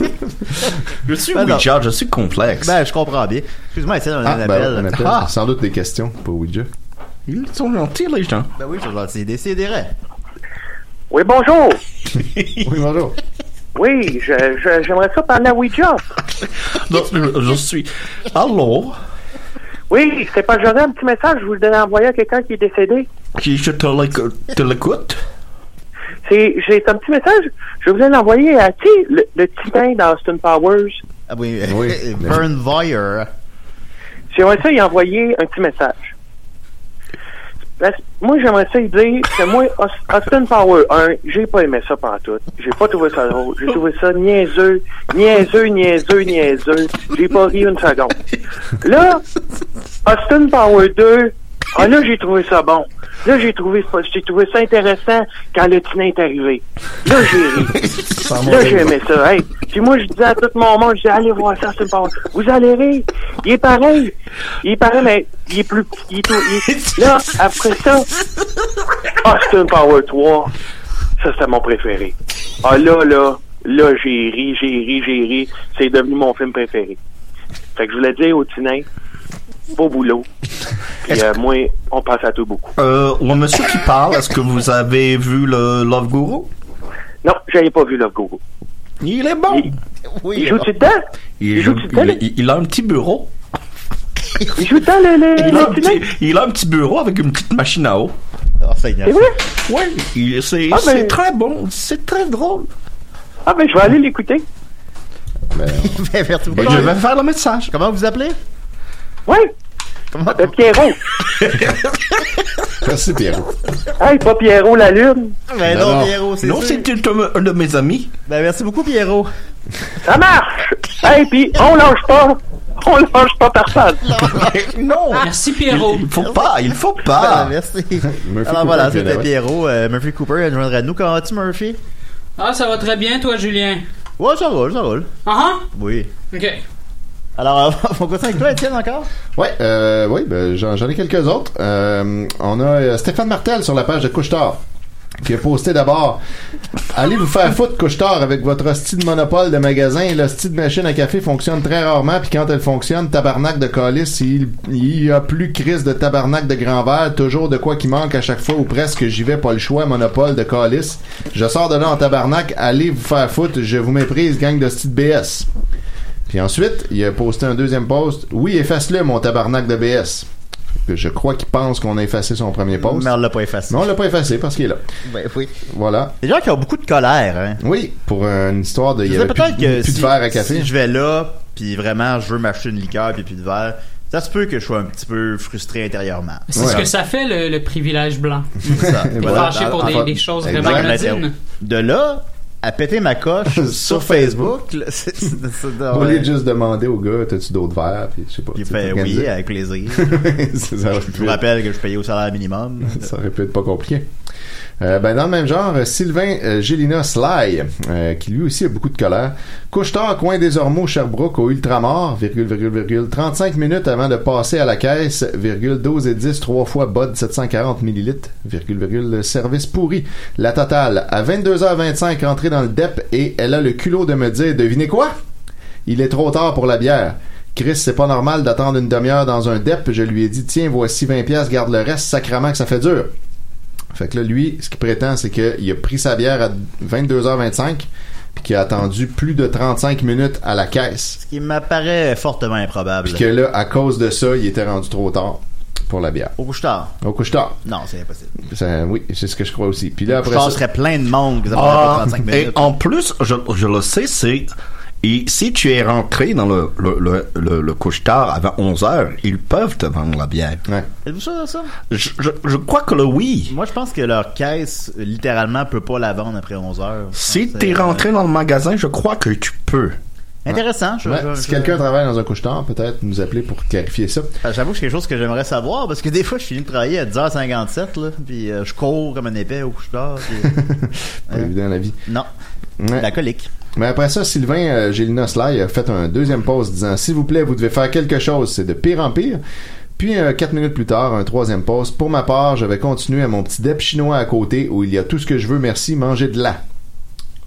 [SPEAKER 9] Je suis
[SPEAKER 8] Ben non.
[SPEAKER 9] Ouija, je suis complexe.
[SPEAKER 8] Ben, je comprends bien. Excuse-moi, Étienne, on a un
[SPEAKER 4] Ah,
[SPEAKER 8] appel.
[SPEAKER 4] ben, on appelle.
[SPEAKER 8] Ah!
[SPEAKER 4] Sans doute des questions pour Ouija.
[SPEAKER 9] Ils sont gentils, les gens.
[SPEAKER 8] Ben oui, je suis gentil. Décidérez.
[SPEAKER 6] Oui, bonjour.
[SPEAKER 4] Oui, bonjour.
[SPEAKER 6] Oui, je- je- j'aimerais ça parler à Ouija.
[SPEAKER 9] Non, je, je suis. Allô?
[SPEAKER 6] Oui, c'est pas j'aurais un petit message, je vous le donne à envoyer à quelqu'un qui est décédé.
[SPEAKER 9] Je je te l'écou- te l'écoute?
[SPEAKER 6] C'est j'ai un petit message, je voulais l'envoyer à qui le, le titan dans Austin Powers.
[SPEAKER 8] Ah oui,
[SPEAKER 4] Oui.
[SPEAKER 8] Vern Voyer.
[SPEAKER 6] J'aimerais ça y envoyer un petit message. Parce- Moi, j'aimerais ça y dire que moi, Aus- Austin Power 1, j'ai pas aimé ça pantoute. J'ai pas trouvé ça drôle. J'ai trouvé ça niaiseux, niaiseux, niaiseux, niaiseux. J'ai pas ri une seconde. Là, Austin Power 2, ah là, j'ai trouvé ça bon. Là, j'ai trouvé, ça- j'ai trouvé ça intéressant quand le tinin est arrivé. Là, j'ai ri.
[SPEAKER 4] Sans
[SPEAKER 6] Là,
[SPEAKER 4] mauvais
[SPEAKER 6] j'ai aimé ça. Hey. Puis moi, je disais à tout mon monde, je disais, allez voir ça, c'est une passe. Vous allez rire. Il est pareil. Il est pareil, mais il est plus petit. Il est tout- il est- Là, après ça, Austin Power 3, ça, c'est mon préféré. Ah là, là, là, j'ai ri, j'ai ri, j'ai ri. C'est devenu mon film préféré.
[SPEAKER 12] Fait que je voulais dire au Tinin, beau boulot. Puis euh, moi, on passe à tout beaucoup.
[SPEAKER 6] Euh, le monsieur qui parle, est-ce que vous avez vu le Love Guru?
[SPEAKER 12] Non, j'avais pas vu Love Guru.
[SPEAKER 6] Il est bon! Il,
[SPEAKER 12] il joue-tu dedans?
[SPEAKER 6] Il, joue- il- il- il a un petit bureau.
[SPEAKER 12] Il joue dedans, le, le-
[SPEAKER 6] il, a un
[SPEAKER 12] le
[SPEAKER 6] petit, il a un petit bureau avec une petite machine à eau.
[SPEAKER 8] Ah,
[SPEAKER 12] C'est vrai?
[SPEAKER 6] Ouais, il- c'est
[SPEAKER 12] Ah,
[SPEAKER 6] c'est
[SPEAKER 12] ben-
[SPEAKER 6] très bon, c'est très drôle.
[SPEAKER 12] Ah, ben, je vais aller l'écouter.
[SPEAKER 4] Ben,
[SPEAKER 8] je
[SPEAKER 6] je vais faire le message.
[SPEAKER 8] Comment vous appelez?
[SPEAKER 12] Oui. Le Pierrot.
[SPEAKER 4] Merci, Pierrot.
[SPEAKER 12] Hey, pas Pierrot la Lune.
[SPEAKER 8] Ben non, Non, non. Pierrot, c'est
[SPEAKER 6] Non,
[SPEAKER 8] sûr.
[SPEAKER 6] c'est un, un de mes amis.
[SPEAKER 8] Ben merci beaucoup, Pierrot.
[SPEAKER 12] Ça marche! Hey, puis on lâche pas! On lâche pas personne!
[SPEAKER 6] non!
[SPEAKER 13] Ah,
[SPEAKER 12] Merci, Pierrot!
[SPEAKER 6] Il faut pas, il faut
[SPEAKER 8] Ah,
[SPEAKER 6] pas.
[SPEAKER 8] merci.
[SPEAKER 6] Murphy
[SPEAKER 8] Alors
[SPEAKER 6] Cooper
[SPEAKER 8] voilà,
[SPEAKER 6] était là,
[SPEAKER 8] c'était
[SPEAKER 6] ouais.
[SPEAKER 8] Pierrot. euh, Murphy Cooper elle joindra nous. Comment vas-tu, Murphy?
[SPEAKER 13] Ah, ça va très bien, toi, Julien.
[SPEAKER 8] Ouais, ça roule, ça roule.
[SPEAKER 13] Ah
[SPEAKER 8] Oui.
[SPEAKER 13] ah? Ok.
[SPEAKER 8] Alors, euh, on continue avec toi, Étienne, encore?
[SPEAKER 4] Ouais, euh, oui, ben, j'en, j'en ai quelques autres. Euh, on a euh, Stéphane Martel sur la page de Couchetard qui a posté d'abord Allez vous faire foutre Couchetard avec votre hostie de monopole de magasin. L'hostie de machine à café fonctionne très rarement, puis quand elle fonctionne, tabarnak de calice, il, il y a plus crise de tabarnak de grand verre, toujours de quoi qui manque à chaque fois ou presque, j'y vais pas le choix, monopole de calice. Je sors de là en tabarnak, allez vous faire foutre, je vous méprise, gang d'hostie de BS. Puis ensuite, il a posté un deuxième post. Oui, efface-le, mon tabarnak de BS. Que Je crois qu'il pense qu'on a effacé son premier post.
[SPEAKER 8] Mais on l'a pas effacé.
[SPEAKER 4] Mais on l'a pas effacé parce qu'il est là.
[SPEAKER 8] Ben oui.
[SPEAKER 4] Voilà.
[SPEAKER 8] Des gens qui ont beaucoup de colère, hein.
[SPEAKER 4] Oui, pour une histoire de.
[SPEAKER 8] Je
[SPEAKER 4] Il y
[SPEAKER 8] sais
[SPEAKER 4] avait plus,
[SPEAKER 8] peut-être que
[SPEAKER 4] plus
[SPEAKER 8] si,
[SPEAKER 4] de verre à café.
[SPEAKER 8] si je vais là, puis vraiment, je veux m'acheter une liqueur, puis plus de verre, ça se peut que je sois un petit peu frustré intérieurement.
[SPEAKER 13] C'est ce que ça fait, le, le privilège blanc.
[SPEAKER 8] C'est ça.
[SPEAKER 13] T'es
[SPEAKER 8] Et voilà.
[SPEAKER 13] fâché pour
[SPEAKER 8] Enfin,
[SPEAKER 13] des, des choses
[SPEAKER 8] exact.
[SPEAKER 13] vraiment gradines.
[SPEAKER 8] De là à péter ma coche sur Facebook, là, c'est- c'est- c'est- c'est-
[SPEAKER 4] Au
[SPEAKER 8] ouais.
[SPEAKER 4] lieu de juste demander au gars, t'as-tu d'autres verres? Puis je sais pas.
[SPEAKER 8] Il
[SPEAKER 4] tu sais,
[SPEAKER 8] fait
[SPEAKER 4] t'organiser.
[SPEAKER 8] oui, avec plaisir.
[SPEAKER 4] C'est ça,
[SPEAKER 8] je vous rappelle que je payais au salaire minimum.
[SPEAKER 4] ça aurait pu être pas compliqué. Euh, ben, dans le même genre, euh, Sylvain euh, Gélina Sly, euh, qui lui aussi a beaucoup de colère. Couche-tard, coin des Ormeaux, Sherbrooke, au Ultramar, virgule, virgule, virgule, 35 minutes avant de passer à la caisse, virgule, 12 et 10, 3 fois bod 740 millilitres, virgule, virgule, le service pourri. La totale, à 22h25, entrée dans le DEP, et elle a le culot de me dire, devinez quoi? Il est trop tard pour la bière. Chris, c'est pas normal d'attendre une demi-heure dans un DEP. Je lui ai dit, tiens, voici 20 pièces, garde le reste, sacrament que ça fait dur. Fait que là, lui, ce qu'il prétend, c'est qu'il a pris sa bière à 22h25 puis qu'il a attendu plus de 35 minutes à la caisse.
[SPEAKER 8] Ce qui m'apparaît fortement improbable.
[SPEAKER 4] Puis que là, à cause de ça, il était rendu trop tard pour la bière.
[SPEAKER 8] Au couche-tard.
[SPEAKER 4] Au couche-tard.
[SPEAKER 8] Non, c'est impossible.
[SPEAKER 4] Ça- Oui, c'est ce que je crois aussi. Puis là,
[SPEAKER 8] Je
[SPEAKER 4] après ça...
[SPEAKER 8] passerais plein de monde que ça prendrait pas
[SPEAKER 6] Ah,
[SPEAKER 8] 35
[SPEAKER 6] et
[SPEAKER 8] minutes.
[SPEAKER 6] en plus, je, je le sais, c'est. Et si tu es rentré dans le, le, le, le, le couche-tard avant 11 heures, ils peuvent te vendre la bière.
[SPEAKER 8] Êtes-vous sûr de ça?
[SPEAKER 6] Je, je, je crois que le oui.
[SPEAKER 8] Moi, je pense que leur caisse, euh, littéralement, peut pas la vendre après 11 heures.
[SPEAKER 6] Si
[SPEAKER 8] C'est,
[SPEAKER 6] tu es rentré dans le magasin, je crois que tu peux.
[SPEAKER 8] Intéressant. Je,
[SPEAKER 4] Ouais,
[SPEAKER 8] je-
[SPEAKER 4] si
[SPEAKER 8] je-
[SPEAKER 4] quelqu'un travaille dans un couche-tard, peut-être nous appeler pour clarifier ça.
[SPEAKER 8] Ah, J'avoue que c'est quelque chose que j'aimerais savoir parce que des fois, je finis de travailler à 10h57, là, puis euh, je cours comme un épais au couche-tard. puis-
[SPEAKER 4] Pas évident, la vie.
[SPEAKER 8] Non.
[SPEAKER 4] La
[SPEAKER 8] colique.
[SPEAKER 4] Mais après ça, Sylvain euh, Gélina Sly a fait un deuxième post disant S'il vous plaît, vous devez faire quelque chose, c'est de pire en pire. Puis, euh, quatre minutes plus tard, un troisième post. Pour ma part, je vais continuer à mon petit dep chinois à côté où il y a tout ce que je veux, merci, manger de là.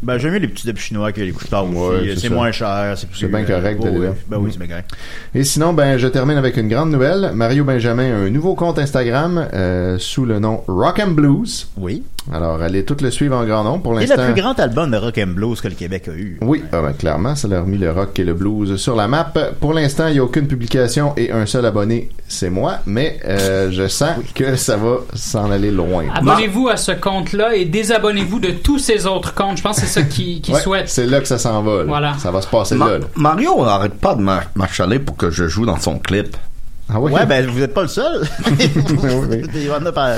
[SPEAKER 8] Ben, j'aime mieux les petits débits chinois que les couche-tard aussi.
[SPEAKER 4] Ouais, c'est
[SPEAKER 8] c'est
[SPEAKER 4] ça.
[SPEAKER 8] moins cher, c'est plus.
[SPEAKER 4] C'est bien correct
[SPEAKER 8] euh,
[SPEAKER 4] d'aller
[SPEAKER 8] ouais,
[SPEAKER 4] là.
[SPEAKER 8] Ben oui,
[SPEAKER 4] Mm.
[SPEAKER 8] c'est bien correct.
[SPEAKER 4] Et sinon, ben, je termine avec une grande nouvelle. Mario Benjamin a un nouveau compte Instagram euh, sous le nom Rock and Blues.
[SPEAKER 8] Oui.
[SPEAKER 4] Alors, allez toutes le suivre en grand nombre pour
[SPEAKER 8] Et
[SPEAKER 4] l'instant.
[SPEAKER 8] le plus grand album de rock and blues que le Québec a eu.
[SPEAKER 4] Oui, ah ben, clairement, ça leur a mis le rock et le blues sur la map. Pour l'instant, il n'y a aucune publication et un seul abonné, c'est moi, mais euh, je sens que ça va s'en aller loin.
[SPEAKER 13] Abonnez-vous à ce compte-là et désabonnez-vous de tous ces autres comptes. Je pense que c'est ça qui, qui
[SPEAKER 4] Ouais,
[SPEAKER 13] souhaite.
[SPEAKER 4] C'est là que ça s'en va. là.
[SPEAKER 13] Voilà.
[SPEAKER 4] Ça va se passer
[SPEAKER 6] Ma-
[SPEAKER 4] là. là.
[SPEAKER 6] Mario arrête pas de m'a- m'achaler pour que je joue dans son clip.
[SPEAKER 4] Ah
[SPEAKER 8] Ouais, ben vous n'êtes pas le seul. Il y en a par-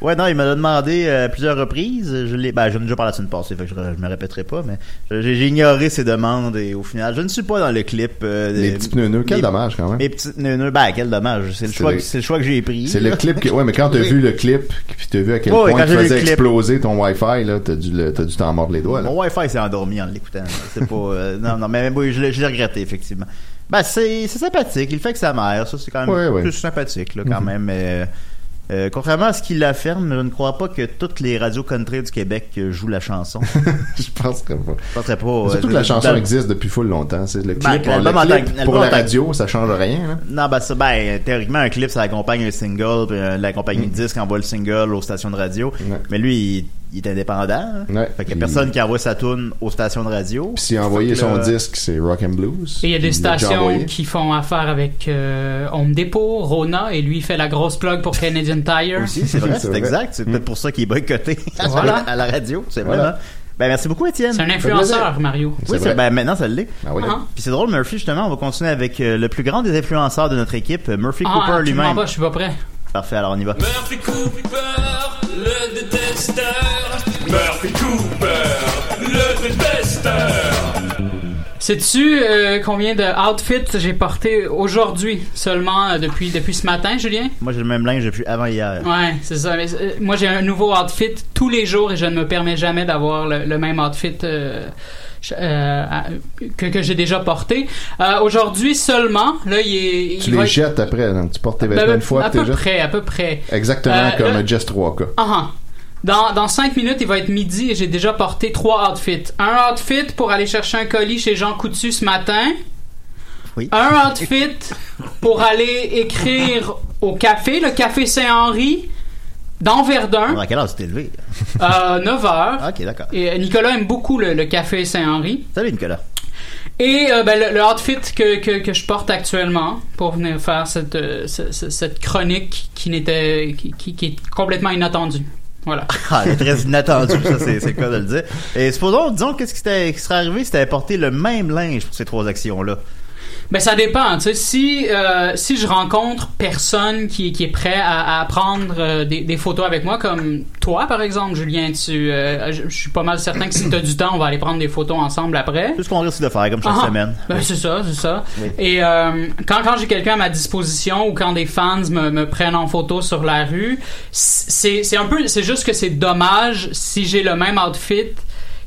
[SPEAKER 8] Ouais, non, il me l'a demandé euh, à plusieurs reprises. Je l'ai, ben, j'en ai déjà parlé la semaine passée, fait que je, re- je me répéterai pas, mais je- j'ai, j'ai ignoré ses demandes et au final, je ne suis pas dans le clip. euh,
[SPEAKER 4] Les
[SPEAKER 8] des-
[SPEAKER 4] petits pneus, quel
[SPEAKER 8] mes-
[SPEAKER 4] dommage quand même.
[SPEAKER 8] Mes petits pneus, ben quel dommage. C'est le,
[SPEAKER 4] C'est
[SPEAKER 8] choix,
[SPEAKER 4] le-
[SPEAKER 8] que- c'est le choix que j'ai pris.
[SPEAKER 4] C'est le clip que. Ouais, mais quand t'as
[SPEAKER 8] Oui.
[SPEAKER 4] vu le clip, puis t'as vu à quel
[SPEAKER 8] Ouais,
[SPEAKER 4] point
[SPEAKER 8] quand
[SPEAKER 4] tu
[SPEAKER 8] j'ai vu le
[SPEAKER 4] faisais
[SPEAKER 8] clip.
[SPEAKER 4] exploser ton Wi-Fi, là, t'as dû, le- t'as dû t'en mordre les doigts. là.
[SPEAKER 8] Mon Wi-Fi s'est endormi en l'écoutant. C'est pas. euh, non, non, mais oui, je l'ai, je l'ai regretté, effectivement. Ben, c'est, c'est sympathique. Il le fait que sa mère, ça, c'est quand même
[SPEAKER 4] Ouais, ouais.
[SPEAKER 8] plus sympathique, là, quand
[SPEAKER 4] Mhm.
[SPEAKER 8] même. euh,
[SPEAKER 6] Euh, contrairement à ce qu'il affirme, je ne crois pas que toutes les radios country du Québec euh, jouent la chanson.
[SPEAKER 4] je pense que pas.
[SPEAKER 6] Je penserais pas.
[SPEAKER 4] Surtout
[SPEAKER 6] euh,
[SPEAKER 4] que la chanson
[SPEAKER 6] dans-
[SPEAKER 4] existe depuis full longtemps. C'est le clip,
[SPEAKER 6] Ben,
[SPEAKER 4] on- le
[SPEAKER 6] l'album en
[SPEAKER 4] clip
[SPEAKER 6] tant que-
[SPEAKER 4] pour
[SPEAKER 6] l'album en
[SPEAKER 4] la
[SPEAKER 6] tant que-
[SPEAKER 4] radio, ça change rien. hein. là.
[SPEAKER 6] Non, ben ça, ben, théoriquement, un clip, ça accompagne un single, puis euh, la compagnie
[SPEAKER 4] Mhm.
[SPEAKER 6] de disque envoie le single aux stations de radio. Mais lui, il, il est indépendant. hein. Fait qu'il y a
[SPEAKER 4] Il-
[SPEAKER 6] personne qui envoie sa tune aux stations de radio.
[SPEAKER 4] Puis s'il a envoyé
[SPEAKER 6] Fait que
[SPEAKER 4] son
[SPEAKER 6] là-
[SPEAKER 4] disque, c'est Rock and Blues.
[SPEAKER 8] Et il y a des
[SPEAKER 4] Puis il l'a déjà
[SPEAKER 8] stations
[SPEAKER 4] envoyé.
[SPEAKER 8] qui font affaire avec euh, Home Depot, Rona, et lui il fait la grosse plug pour Canadian Tire.
[SPEAKER 6] Aussi, c'est vrai, Hmm. c'est exact. C'est peut-être pour ça qu'il est boycotté
[SPEAKER 8] Voilà.
[SPEAKER 6] à la radio. C'est vrai.
[SPEAKER 8] Voilà.
[SPEAKER 6] hein. Ben, merci beaucoup, Étienne.
[SPEAKER 8] C'est un influenceur, Mario.
[SPEAKER 6] Oui, c'est- ben, maintenant, ça l'est.
[SPEAKER 8] oui. Ah.
[SPEAKER 6] Puis c'est drôle, Murphy, justement, on va continuer avec euh, le plus grand des influenceurs de notre équipe, euh, Murphy
[SPEAKER 8] Ah,
[SPEAKER 6] Cooper
[SPEAKER 8] absolument
[SPEAKER 6] lui-même.
[SPEAKER 8] pas, je suis pas prêt.
[SPEAKER 6] Parfait, alors on y va.
[SPEAKER 3] Murphy Cooper, le détesteur. Murphy Cooper, le détesteur.
[SPEAKER 8] Sais-tu euh, combien de outfits j'ai porté aujourd'hui seulement euh, depuis, depuis ce matin, Julien?
[SPEAKER 6] Moi, j'ai le même linge depuis avant hier.
[SPEAKER 8] Ouais, c'est ça. Mais, euh, moi, j'ai un nouveau outfit tous les jours et je ne me permets jamais d'avoir le, le même outfit euh, ch- euh, à- que, que j'ai déjà porté. Euh, Aujourd'hui seulement, là, il est.
[SPEAKER 4] Tu
[SPEAKER 8] il va
[SPEAKER 4] les
[SPEAKER 8] être-
[SPEAKER 4] jettes après. hein. Tu portes tes
[SPEAKER 8] Ben,
[SPEAKER 4] vêtements
[SPEAKER 8] ben,
[SPEAKER 4] une fois.
[SPEAKER 8] À
[SPEAKER 4] puis
[SPEAKER 8] peu
[SPEAKER 4] t'es jettes.
[SPEAKER 8] près, à peu près.
[SPEAKER 4] Exactement
[SPEAKER 8] Euh,
[SPEAKER 4] comme
[SPEAKER 8] là-
[SPEAKER 4] Just 3K.
[SPEAKER 8] Ah ah. Dans, dans 5 minutes, il va être midi et j'ai déjà porté trois outfits. Un outfit pour aller chercher un colis chez Jean Coutu ce matin. Un outfit pour aller écrire au café, le café Saint-Henri, dans Verdun.
[SPEAKER 6] À Ah, quelle heure tu t'es levé? Ah,
[SPEAKER 8] Euh, 9 heures.
[SPEAKER 6] Ok, d'accord.
[SPEAKER 8] Et euh, Nicolas aime beaucoup le, le café Saint-Henri.
[SPEAKER 6] Salut, Nicolas.
[SPEAKER 8] Et euh, ben, le, le outfit que, que, que je porte actuellement pour venir faire cette, euh, ce- ce- cette chronique qui, n'était, qui, qui- qui est complètement inattendue. Voilà.
[SPEAKER 6] Ah, elle est très inattendu, ça, c'est c'est le cas de le dire. Et supposons, disons, qu'est-ce qui, t'est- qui serait arrivé si t'avais porté le même linge pour ces trois actions-là?
[SPEAKER 8] Ben ça dépend, tu sais, si, euh, si je rencontre personne qui, qui est prêt à, à prendre euh, des, des photos avec moi, comme toi par exemple, Julien, tu, euh, je, je suis pas mal certain que si tu as du temps, on va aller prendre des photos ensemble après.
[SPEAKER 6] C'est ce qu'on risque de faire, comme chaque
[SPEAKER 8] Ah,
[SPEAKER 6] semaine.
[SPEAKER 8] ben, c'est ça, c'est ça.
[SPEAKER 6] Oui.
[SPEAKER 8] Et euh, quand, quand j'ai quelqu'un à ma disposition ou quand des fans me, me prennent en photo sur la rue, c'est c'est un peu, c'est juste que c'est dommage si j'ai le même outfit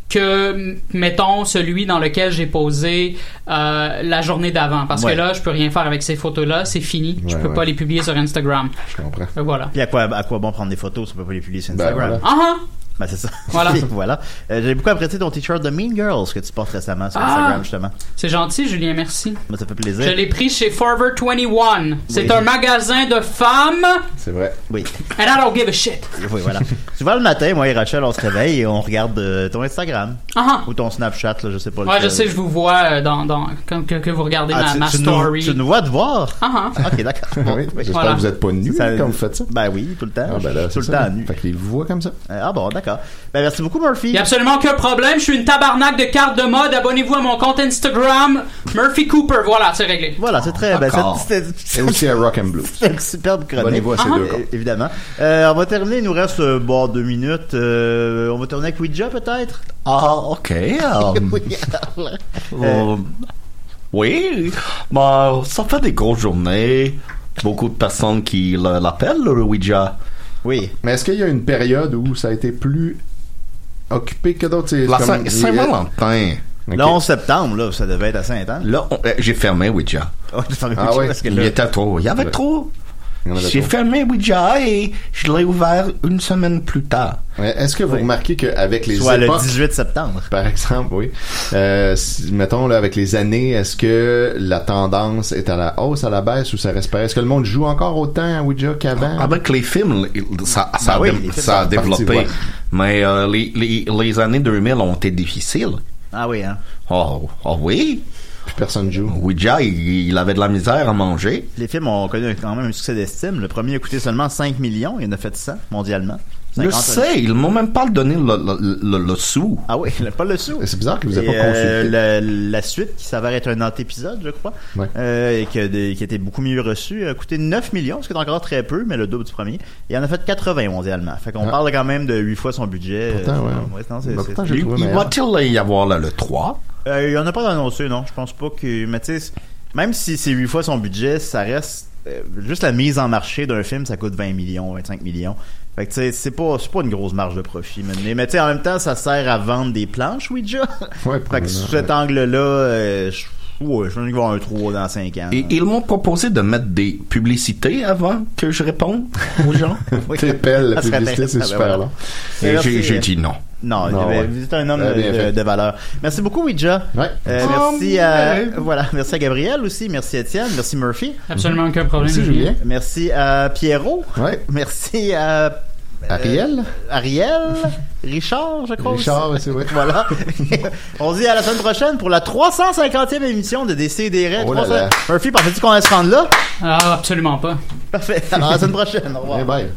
[SPEAKER 8] que m- mettons celui dans lequel j'ai posé euh, la journée d'avant parce
[SPEAKER 6] Ouais.
[SPEAKER 8] que là je peux rien faire avec ces photos là c'est fini je
[SPEAKER 6] Ouais,
[SPEAKER 8] peux
[SPEAKER 6] ouais.
[SPEAKER 8] pas les publier sur Instagram
[SPEAKER 4] je comprends
[SPEAKER 8] Ben, voilà
[SPEAKER 6] Puis à quoi, à quoi bon prendre des photos si on peut pas les publier sur Instagram?
[SPEAKER 8] voilà. Ah ah!
[SPEAKER 6] Ben, c'est ça.
[SPEAKER 8] Voilà.
[SPEAKER 6] Puis voilà. Euh, J'ai beaucoup apprécié ton t-shirt de Mean Girls que tu portes récemment sur
[SPEAKER 8] Ah!
[SPEAKER 6] Instagram, justement.
[SPEAKER 8] c'est gentil Julien merci
[SPEAKER 6] Moi, ça fait
[SPEAKER 8] je
[SPEAKER 6] plaisir.
[SPEAKER 8] l'ai pris chez Forever 21 c'est
[SPEAKER 6] Oui.
[SPEAKER 8] un magasin de femmes
[SPEAKER 4] C'est vrai.
[SPEAKER 6] Oui.
[SPEAKER 8] and I don't give a shit
[SPEAKER 6] Oui, voilà. Souvent le matin, moi et Rachel, on se réveille et on regarde euh, ton Instagram.
[SPEAKER 8] Ah
[SPEAKER 6] Ou ton Snapchat, là, je sais pas.
[SPEAKER 8] Ouais, je
[SPEAKER 6] lequel.
[SPEAKER 8] sais, je vous vois euh, dans, dans comme que, que vous regardez
[SPEAKER 6] Ah,
[SPEAKER 8] ma,
[SPEAKER 6] tu-
[SPEAKER 8] ma
[SPEAKER 6] tu nous-
[SPEAKER 8] story.
[SPEAKER 6] tu nous vois de voir?
[SPEAKER 8] Ah, ah.
[SPEAKER 6] Ok, d'accord.
[SPEAKER 4] Oui, J'espère
[SPEAKER 8] Voilà.
[SPEAKER 4] que vous n'êtes pas nus
[SPEAKER 6] Ça-
[SPEAKER 4] quand vous faites ben, ça.
[SPEAKER 6] Ben oui, tout le temps.
[SPEAKER 4] Ah, ben là,
[SPEAKER 6] tout le
[SPEAKER 4] c'est ça.
[SPEAKER 6] temps nu.
[SPEAKER 4] Fait qu'il vous voit comme ça.
[SPEAKER 6] ah bon, d'accord. Ben merci beaucoup, Murphy.
[SPEAKER 8] Y a absolument aucun problème, je suis une tabarnak de cartes de mode. Abonnez-vous à mon compte Instagram, Murphy Cooper. Voilà, c'est réglé.
[SPEAKER 6] Voilà, c'est très. Ben,
[SPEAKER 4] D'accord.
[SPEAKER 6] c'est- c'est-
[SPEAKER 4] Et aussi à Rock and Blues.
[SPEAKER 6] C'est une superbe chronique.
[SPEAKER 4] Abonnez-vous à ces
[SPEAKER 6] Ah,
[SPEAKER 4] deux
[SPEAKER 6] euh,
[SPEAKER 4] comptes.
[SPEAKER 6] Évidemment. Euh, on va terminer, il nous reste euh, bon, deux minutes. Euh, on va terminer avec Ouija peut-être
[SPEAKER 9] Ah, ok. um,
[SPEAKER 6] Oui, alors là.
[SPEAKER 9] euh, oui, bah, ça fait des grosses journées. Beaucoup de personnes qui le- l'appellent le Ouija.
[SPEAKER 6] Oui.
[SPEAKER 4] Mais est-ce qu'il y a une période où ça a été plus occupé que d'autres? C'est
[SPEAKER 9] La
[SPEAKER 4] comme-
[SPEAKER 9] Saint- Saint-Valentin.
[SPEAKER 6] Le 11 septembre, là, ça devait être à Saint-Anne.
[SPEAKER 9] Là, on- euh,
[SPEAKER 4] eh,
[SPEAKER 9] j'ai fermé Ouija.
[SPEAKER 6] Ah
[SPEAKER 9] Ah ouais, il y était trop. Il y avait
[SPEAKER 4] Ouais.
[SPEAKER 9] trop.
[SPEAKER 4] Il y en avait
[SPEAKER 9] J'ai
[SPEAKER 4] trop.
[SPEAKER 9] fermé Ouija et je l'ai ouvert Euh, une semaine plus tard.
[SPEAKER 4] Mais Est-ce que vous
[SPEAKER 9] Oui.
[SPEAKER 4] remarquez qu'avec les
[SPEAKER 9] Soit le
[SPEAKER 4] époques,
[SPEAKER 6] 18 septembre.
[SPEAKER 4] Par exemple, oui. Euh, si- mettons, là, avec les années, est-ce que la tendance est à la hausse, à la baisse ou ça reste pareil? Est-ce que le monde joue encore autant à Ouija qu'avant?
[SPEAKER 9] Avec les films, il- ça, Bah, ça
[SPEAKER 4] Ben
[SPEAKER 9] a,
[SPEAKER 4] oui,
[SPEAKER 9] dé-
[SPEAKER 4] les films
[SPEAKER 9] ça a
[SPEAKER 4] sont
[SPEAKER 9] développé.
[SPEAKER 4] partis, ouais.
[SPEAKER 9] Mais euh, les, les- les années 2000 ont été difficiles.
[SPEAKER 6] Ah oui, hein.
[SPEAKER 9] Oh, oh oui.
[SPEAKER 4] Plus personne joue.
[SPEAKER 9] Ouija, il, il avait de la misère à manger.
[SPEAKER 6] Les films ont connu quand même un succès d'estime. Le premier a coûté seulement 5 millions, il en a fait 100 mondialement.
[SPEAKER 9] Je
[SPEAKER 6] 50
[SPEAKER 9] sais, ils m'ont même pas donné le, le- le- le sou.
[SPEAKER 6] Ah oui, le- pas le sou.
[SPEAKER 4] C'est bizarre que vous
[SPEAKER 6] Et,
[SPEAKER 4] n'ayez pas
[SPEAKER 6] euh,
[SPEAKER 4] consulté.
[SPEAKER 6] le- la suite, qui s'avère être un antépisode, je crois,
[SPEAKER 4] Ouais.
[SPEAKER 6] euh, et que des- qui était beaucoup mieux reçu, a coûté 9 millions, ce qui est encore très peu, mais le double du premier. Il en a fait 80 mondialement. Fait qu'on
[SPEAKER 4] Ah.
[SPEAKER 6] parle quand même de 8 fois son budget.
[SPEAKER 4] Pourtant,
[SPEAKER 6] Euh,
[SPEAKER 4] ouais.
[SPEAKER 6] non, c'est-
[SPEAKER 4] Bah,
[SPEAKER 6] c'est-
[SPEAKER 4] pourtant, j'ai trouvé
[SPEAKER 9] Il
[SPEAKER 4] meilleur.
[SPEAKER 9] va-t-il y avoir là, le 3?
[SPEAKER 6] Euh, il y en a pas d'annoncé, non. Je pense pas que. Mais tu sais, même si c'est 8 fois son budget, ça reste. euh, juste la mise en marché d'un film, ça coûte 20 millions, 25 millions. Fait que tu sais, c'est pas, c'est pas une grosse marge de profit. Mais, mais tu sais, en même temps, ça sert à vendre des planches, Ouija.
[SPEAKER 4] Ouais,
[SPEAKER 6] fait que
[SPEAKER 4] probablement,
[SPEAKER 6] sous
[SPEAKER 4] ouais.
[SPEAKER 6] cet angle-là, euh, je Ouais, je pense qu'il va y avoir un 3 dans 5 ans.
[SPEAKER 4] Et ils m'ont proposé de mettre des publicités avant que je réponde aux gens.
[SPEAKER 6] Oui. C'est belle, la Ça serait publicité, c'est intéressant. super Ben voilà. long.
[SPEAKER 4] Et
[SPEAKER 6] Alors,
[SPEAKER 4] j'ai
[SPEAKER 6] c'est-
[SPEAKER 4] j'ai dit non. Non,
[SPEAKER 6] Non, eh ben,
[SPEAKER 4] ouais.
[SPEAKER 6] vous êtes un homme
[SPEAKER 4] Ah, bien
[SPEAKER 6] de,
[SPEAKER 4] fait.
[SPEAKER 6] de valeur. Merci beaucoup, Ouija. Euh, merci à voilà, merci à Gabriel aussi, merci à Étienne, merci Murphy.
[SPEAKER 8] Absolument aucun problème, Merci, Julien. Julien.
[SPEAKER 6] Merci à Pierrot. Merci à euh,
[SPEAKER 14] Ariel.
[SPEAKER 6] Ariel, Richard, je crois.
[SPEAKER 14] Richard,
[SPEAKER 6] aussi. euh, voilà. On se dit à la semaine prochaine pour la 350e émission de DCDR.
[SPEAKER 8] Oh là là.
[SPEAKER 6] Murphy, pensais-tu qu'on allait se rendre là
[SPEAKER 8] Ah, absolument pas.
[SPEAKER 4] Eh
[SPEAKER 6] Parfait. Alors, à la semaine prochaine. Au revoir.
[SPEAKER 4] ben,
[SPEAKER 14] bye.